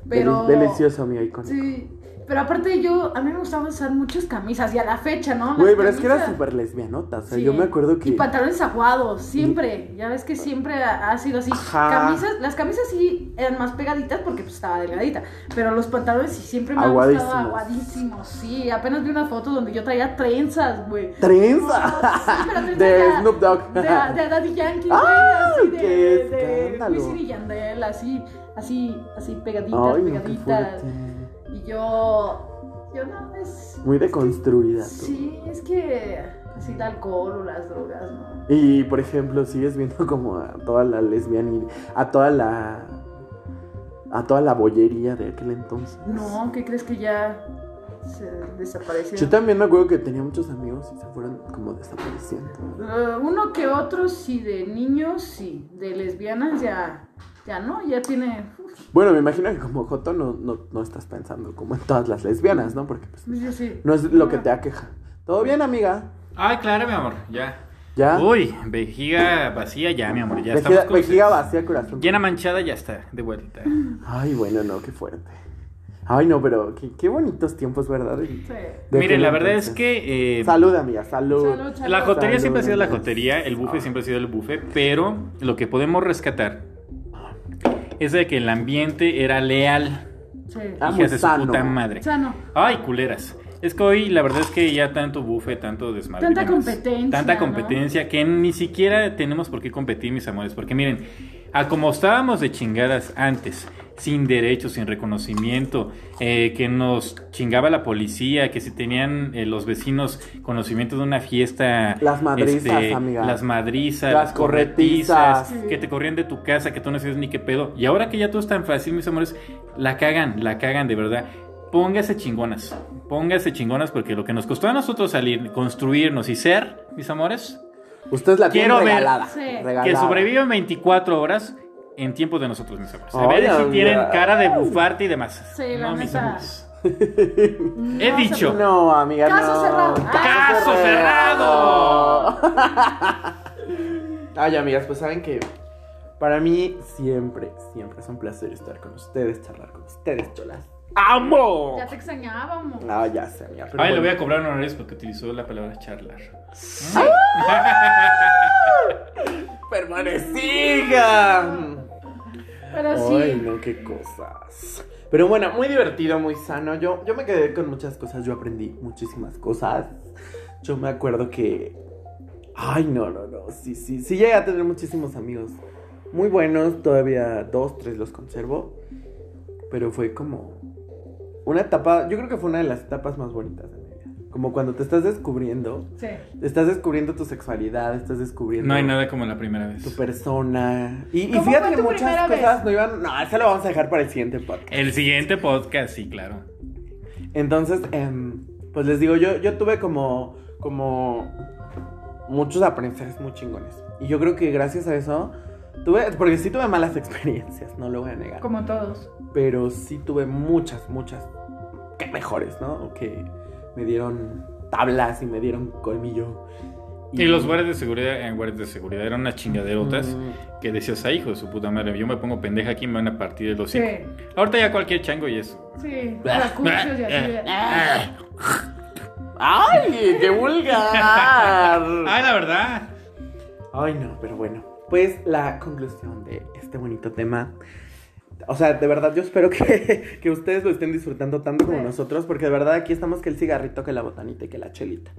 Speaker 3: Pero.
Speaker 1: Del- delicioso, amigo, icónico.
Speaker 3: Sí. Pero aparte yo, a mí me gustaba usar muchas camisas y a la fecha, ¿no? Las
Speaker 1: Güey, pero es que eras
Speaker 3: camisas-
Speaker 1: súper lesbianota, o sea,
Speaker 3: Sí.
Speaker 1: yo me acuerdo que... Mm.
Speaker 3: Y pantalones aguados, siempre. Ya ves que siempre ha ha sido así.
Speaker 1: Ajá.
Speaker 3: Camisas, las camisas sí eran más pegaditas porque pues, estaba delgadita. Pero los pantalones sí siempre me han
Speaker 1: Aguadísimos.
Speaker 3: gustado aguadísimos. Sí, apenas vi una foto donde yo traía trenzas, güey.
Speaker 1: ¡Trenza!
Speaker 3: Sí, pero trenzas
Speaker 1: De
Speaker 3: ya-
Speaker 1: Snoop Dogg.
Speaker 3: De, de Daddy Yankee, güey.
Speaker 1: ¡Ah,
Speaker 3: así de,
Speaker 1: qué
Speaker 3: de
Speaker 1: escándalo!
Speaker 3: Wisin y Yandel, así, así, así pegaditas,
Speaker 1: Ay, no, qué
Speaker 3: pegaditas.
Speaker 1: fuerte.
Speaker 3: y yo, yo no, es...
Speaker 1: Muy deconstruida tú.
Speaker 3: Sí, es que así el alcohol o las drogas, ¿no?
Speaker 1: Y, por ejemplo, sigues viendo como a toda la lesbiana, a toda la... A toda la bollería de aquel entonces.
Speaker 3: No, ¿qué crees que ya se desapareció?
Speaker 1: Yo también me acuerdo que tenía muchos amigos y se fueron como desapareciendo.
Speaker 3: Eh, uno que otro sí, de niños sí, de lesbianas ya, ya no, ya tiene... uf,
Speaker 1: Bueno, me imagino que como Joto no, no, no estás pensando como en todas las lesbianas, ¿no? Porque pues,
Speaker 3: yo sí.
Speaker 1: no es lo que te aqueja. ¿Todo bien, amiga?
Speaker 2: Ay, claro, mi amor, ya.
Speaker 1: ¿Ya?
Speaker 2: Uy, vejiga vacía ya, mi amor, ya
Speaker 1: vejiga,
Speaker 2: estamos con-
Speaker 1: vejiga vacía, corazón.
Speaker 2: Llena manchada ya está, de vuelta.
Speaker 1: Ay, bueno, no, qué fuerte. Ay, no, pero qué, qué bonitos tiempos, ¿verdad? De-
Speaker 3: Sí.
Speaker 1: de
Speaker 2: Miren, la
Speaker 1: aquel
Speaker 2: verdad es
Speaker 1: entonces.
Speaker 2: que... eh,
Speaker 1: Salud, amiga, salud.
Speaker 3: Salud, salud.
Speaker 2: La jotería
Speaker 1: Salud, Ah.
Speaker 2: siempre ha sido la
Speaker 1: amigos.
Speaker 2: jotería, el buffet siempre ha sido el buffet, pero lo que podemos rescatar es de que el ambiente era leal.
Speaker 3: Sí.
Speaker 1: Ah, muy
Speaker 2: Hijas de su
Speaker 1: sano.
Speaker 2: puta madre.
Speaker 3: Sano.
Speaker 2: Ay, culeras. Es que hoy la verdad es que ya tanto bufe, tanto desmadre. y
Speaker 3: Tanta
Speaker 2: demás.
Speaker 3: competencia,
Speaker 2: Tanta
Speaker 3: ¿no?
Speaker 2: competencia que ni siquiera tenemos por qué competir, mis amores. Porque miren, a como estábamos de chingadas antes, sin derechos, sin reconocimiento, eh, que nos chingaba la policía, que si tenían eh, los vecinos conocimiento de una fiesta. este,
Speaker 1: Las madrizas, amiga.
Speaker 2: Las madrizas,
Speaker 1: Las
Speaker 2: las, corretizas,
Speaker 1: corretizas.
Speaker 2: que te corrían de tu casa, que tú no sabías ni qué pedo. Y ahora que ya todo es tan fácil, mis amores, la cagan, la cagan de verdad. Póngase chingonas, póngase chingonas porque lo que nos costó a nosotros salir, construirnos y ser, mis amores,
Speaker 1: Usted la tiene
Speaker 2: Quiero ver-
Speaker 1: regalada.
Speaker 3: Sí.
Speaker 1: regalada.
Speaker 2: que sobreviven 24 horas en tiempo de nosotros, mis amores. A
Speaker 1: Ay,
Speaker 2: ver si
Speaker 1: amiga.
Speaker 2: tienen cara de bufarte y demás.
Speaker 3: Sí, la
Speaker 2: no, mis
Speaker 3: neta.
Speaker 2: amores.
Speaker 3: No
Speaker 2: He
Speaker 3: se-
Speaker 2: dicho.
Speaker 1: No, amiga,
Speaker 3: Caso
Speaker 1: no.
Speaker 3: cerrado.
Speaker 2: ¡Caso cerrado!
Speaker 1: Ay, amigas, pues saben que para mí siempre, siempre es un placer estar con ustedes, charlar con ustedes. Yo las amo.
Speaker 3: Ya te extrañábamos.
Speaker 1: No, ya sé, amiga. pero
Speaker 2: Ay, le
Speaker 1: bueno.
Speaker 2: voy a cobrar honorarios porque utilizó la palabra charlar.
Speaker 1: ¡Permaneciga!
Speaker 3: Pero sí.
Speaker 1: Ay, no, qué cosas. Pero bueno, muy divertido, muy sano. Yo, yo me quedé con muchas cosas, yo aprendí muchísimas cosas. Yo me acuerdo que... Ay, no, no, no. Sí, sí, sí, llegué a tener muchísimos amigos. Muy buenos, todavía dos, tres los conservo. Pero fue como una etapa, yo creo que fue una de las etapas más bonitas de mi vida. Como cuando te estás descubriendo,
Speaker 3: Sí.
Speaker 1: estás descubriendo tu sexualidad, estás descubriendo
Speaker 2: No hay nada como la primera vez.
Speaker 1: tu persona. Y, y
Speaker 3: ¿Cómo
Speaker 1: fíjate
Speaker 3: fue
Speaker 1: que
Speaker 3: tu
Speaker 1: muchas
Speaker 3: primera vez?
Speaker 1: cosas no iban. No, eso lo vamos a dejar para el siguiente podcast.
Speaker 2: El siguiente podcast, sí, claro.
Speaker 1: Entonces, em, pues les digo, yo, yo tuve como, como muchos aprendizajes muy chingones. Y yo creo que gracias a eso Tuve, porque sí tuve malas experiencias, no lo voy a negar.
Speaker 3: Como todos.
Speaker 1: Pero sí tuve muchas, muchas que mejores, ¿no? Que me dieron tablas y me dieron colmillo.
Speaker 2: Y los guardias de seguridad, en guardias de seguridad eran unas chingaderotas
Speaker 1: Mm.
Speaker 2: que decías, ay, hijo de su puta madre, yo me pongo pendeja aquí y me van a partir el hocico.
Speaker 3: Sí.
Speaker 2: Ahorita ya cualquier chango y eso.
Speaker 3: Sí. Racuchos y así. de-
Speaker 1: ¡Ay, qué
Speaker 2: Ay,
Speaker 1: vulgar!
Speaker 2: la verdad.
Speaker 1: Ay, no, pero bueno. Pues la conclusión de este bonito tema. O sea, de verdad yo espero que, que ustedes lo estén disfrutando tanto como
Speaker 3: Sí.
Speaker 1: nosotros, porque de verdad aquí estamos que el cigarrito, que la botanita y que la chelita.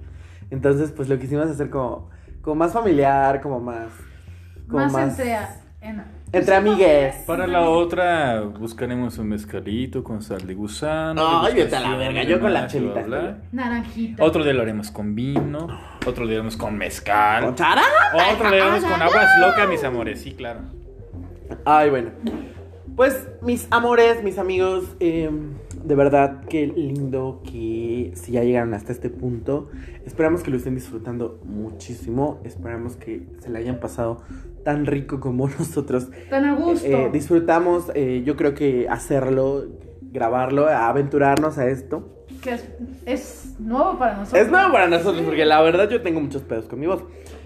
Speaker 1: Entonces, pues lo quisimos hacer como, como más familiar, como más... como
Speaker 3: Más entre. a- en-
Speaker 1: entre amigues.
Speaker 2: Para la otra, buscaremos un mezcalito con sal de gusano.
Speaker 1: Ay, vete a la
Speaker 2: degustación,
Speaker 1: verga, yo con la
Speaker 2: demás,
Speaker 1: chelita
Speaker 2: bla, bla, bla.
Speaker 3: Naranjita.
Speaker 2: Otro día lo haremos con vino, otro día lo haremos con mezcal,
Speaker 1: ¿Con Chara?
Speaker 2: otro día lo haremos con aguas locas, mis amores, sí, claro.
Speaker 1: Ay, bueno. Pues, mis amores, mis amigos, eh, de verdad, qué lindo que si ya llegaron hasta este punto. Esperamos que lo estén disfrutando muchísimo. Esperamos que se la hayan pasado tan rico como nosotros
Speaker 3: Tan a gusto.
Speaker 1: eh, disfrutamos, eh, yo creo que hacerlo, grabarlo, aventurarnos a esto.
Speaker 3: que es, es nuevo para nosotros.
Speaker 1: Es nuevo para nosotros, porque la verdad yo tengo muchos pedos con mi voz.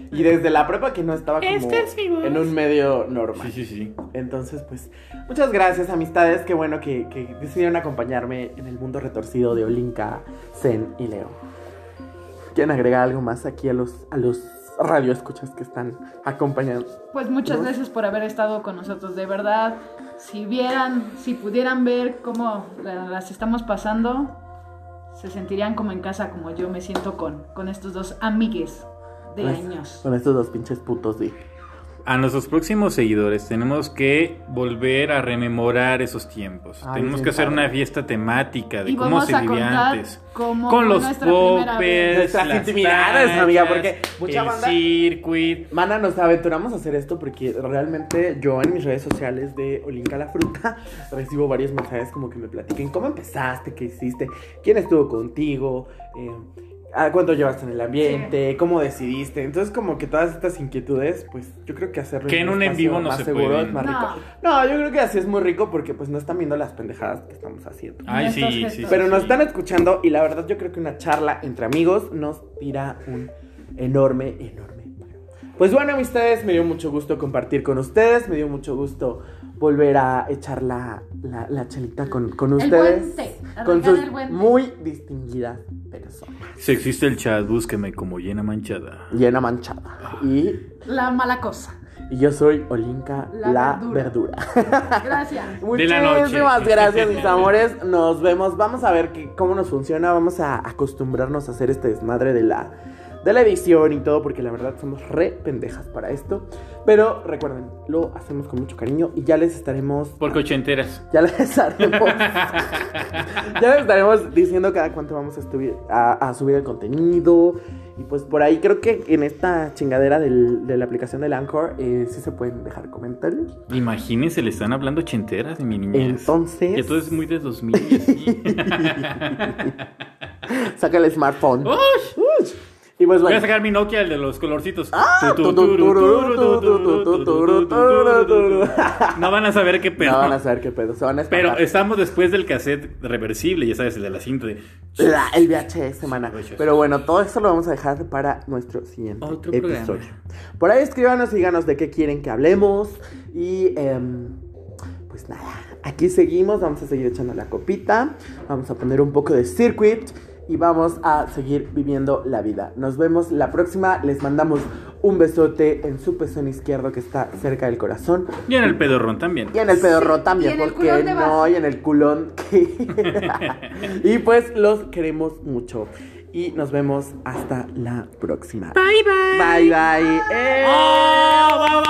Speaker 1: Y desde la prepa que no estaba como
Speaker 3: Esta es pues mi voz.
Speaker 1: en un medio normal.
Speaker 2: Sí, sí, sí.
Speaker 1: Entonces, pues, muchas gracias, amistades. Qué bueno que, que decidieron acompañarme en el mundo retorcido de Olinka, Zen y Leo. ¿Quieren agregar algo más aquí a los, a los radioescuchas que están acompañando?
Speaker 3: Pues muchas gracias por haber estado con nosotros, de verdad. Si vieran, si pudieran ver cómo la- las estamos pasando, se sentirían como en casa, como yo me siento con, con estos dos amigues de
Speaker 1: Con-
Speaker 3: años.
Speaker 1: Con estos dos pinches putos, sí.
Speaker 2: A nuestros próximos seguidores tenemos que volver a rememorar esos tiempos.
Speaker 1: Ay,
Speaker 2: tenemos
Speaker 1: sí,
Speaker 2: que hacer
Speaker 1: padre.
Speaker 2: una fiesta temática de
Speaker 3: Y
Speaker 2: cómo
Speaker 3: vamos
Speaker 2: se
Speaker 3: a
Speaker 2: vivía
Speaker 3: contar
Speaker 2: antes.
Speaker 3: cómo
Speaker 2: Con
Speaker 3: fue
Speaker 2: los
Speaker 3: nuestra primera vez.
Speaker 2: poppers,
Speaker 1: Nuestras
Speaker 2: las
Speaker 1: intimidades, amiga, porque
Speaker 2: tachas,
Speaker 1: mucha
Speaker 2: el
Speaker 1: banda-
Speaker 2: circuit.
Speaker 1: Mana, nos aventuramos a hacer esto porque realmente yo en mis redes sociales de Olinka la Fruta recibo varios mensajes como que me platiquen cómo empezaste, qué hiciste, quién estuvo contigo, eh, a cuánto llevaste en el ambiente, cómo decidiste. Entonces, como que todas estas inquietudes, pues yo creo que hacerlo
Speaker 2: Que en un en
Speaker 1: espacio
Speaker 2: vivo no
Speaker 1: más
Speaker 2: se
Speaker 1: seguro
Speaker 2: pueden.
Speaker 1: es más
Speaker 3: No.
Speaker 1: rico. No, yo creo que así es muy rico porque pues no están viendo las pendejadas que estamos haciendo.
Speaker 2: Ay, sí,
Speaker 3: Nuestros
Speaker 2: sí,
Speaker 3: gestos.
Speaker 2: sí.
Speaker 1: Pero
Speaker 2: sí.
Speaker 1: nos están escuchando y la verdad yo creo que una charla entre amigos nos tira un enorme, enorme. paro. Pues bueno, amistades, me dio mucho gusto compartir con ustedes, me dio mucho gusto volver a echar la, la, la chelita con, con
Speaker 3: El
Speaker 1: ustedes.
Speaker 3: buen té,
Speaker 1: con
Speaker 3: arrancar
Speaker 1: sus
Speaker 3: el buen té.
Speaker 1: muy distinguidas personas.
Speaker 2: Si existe el chat, búsqueme como llena manchada.
Speaker 1: Llena manchada. Y,
Speaker 3: La mala cosa.
Speaker 1: y yo soy Olinka la,
Speaker 3: La
Speaker 1: verdura.
Speaker 3: verdura. Gracias.
Speaker 2: De la noche.
Speaker 1: Muchísimas gracias, mis amores. Nos vemos. Vamos a ver qué- cómo nos funciona. Vamos a acostumbrarnos a hacer este desmadre de la, de la edición y todo, porque la verdad somos re pendejas para esto. Pero recuerden, lo hacemos con mucho cariño y ya les estaremos.
Speaker 2: Porque ochenteras.
Speaker 1: Ya les haremos. ya les estaremos diciendo cada cuánto vamos a, estuvi- a, a subir el contenido. Y pues por ahí creo que en esta chingadera del- de la aplicación del Anchor eh, sí se pueden dejar comentarios.
Speaker 2: Imagínense, le están hablando ochenteras de mi niñez.
Speaker 1: Entonces-
Speaker 2: Que todo es muy de 2000 y así.
Speaker 1: Saca el smartphone.
Speaker 2: ¡Ush!
Speaker 1: Uy. Y pues
Speaker 2: Voy a
Speaker 1: bueno.
Speaker 2: sacar mi Nokia, el de los colorcitos.
Speaker 1: Ah,
Speaker 2: Tu, tu, tu, ru, tu, ru, tu, ru, tu, ru, tu, ru. No van a saber qué
Speaker 1: No
Speaker 2: pedo.
Speaker 1: van a saber qué pedo. Se van a
Speaker 2: Pero
Speaker 1: espantar.
Speaker 2: estamos después del cassette reversible, ya sabes, el de la cinta de...
Speaker 1: La- el VHS, semana.
Speaker 2: VHS.
Speaker 1: Pero bueno, todo eso lo vamos a dejar para nuestro siguiente
Speaker 2: Otro
Speaker 1: episodio.
Speaker 2: programa.
Speaker 1: Por ahí escríbanos y díganos de qué quieren que hablemos. Y em, pues nada, aquí seguimos. Vamos a seguir echando la copita. Vamos a poner un poco de circuit. Y vamos a seguir viviendo la vida. Nos vemos la próxima. Les mandamos un besote en su pezón izquierdo que está cerca del corazón.
Speaker 2: Y en el pedorrón también.
Speaker 1: Y en el pedorro
Speaker 3: Sí,
Speaker 1: también,
Speaker 3: y en el
Speaker 1: porque
Speaker 3: culón de
Speaker 1: no,
Speaker 3: vaso.
Speaker 1: y en el culón. y pues los queremos mucho. Y nos vemos hasta la próxima. Bye bye. Bye bye. ¡Eh!
Speaker 2: ¡Oh, va, va!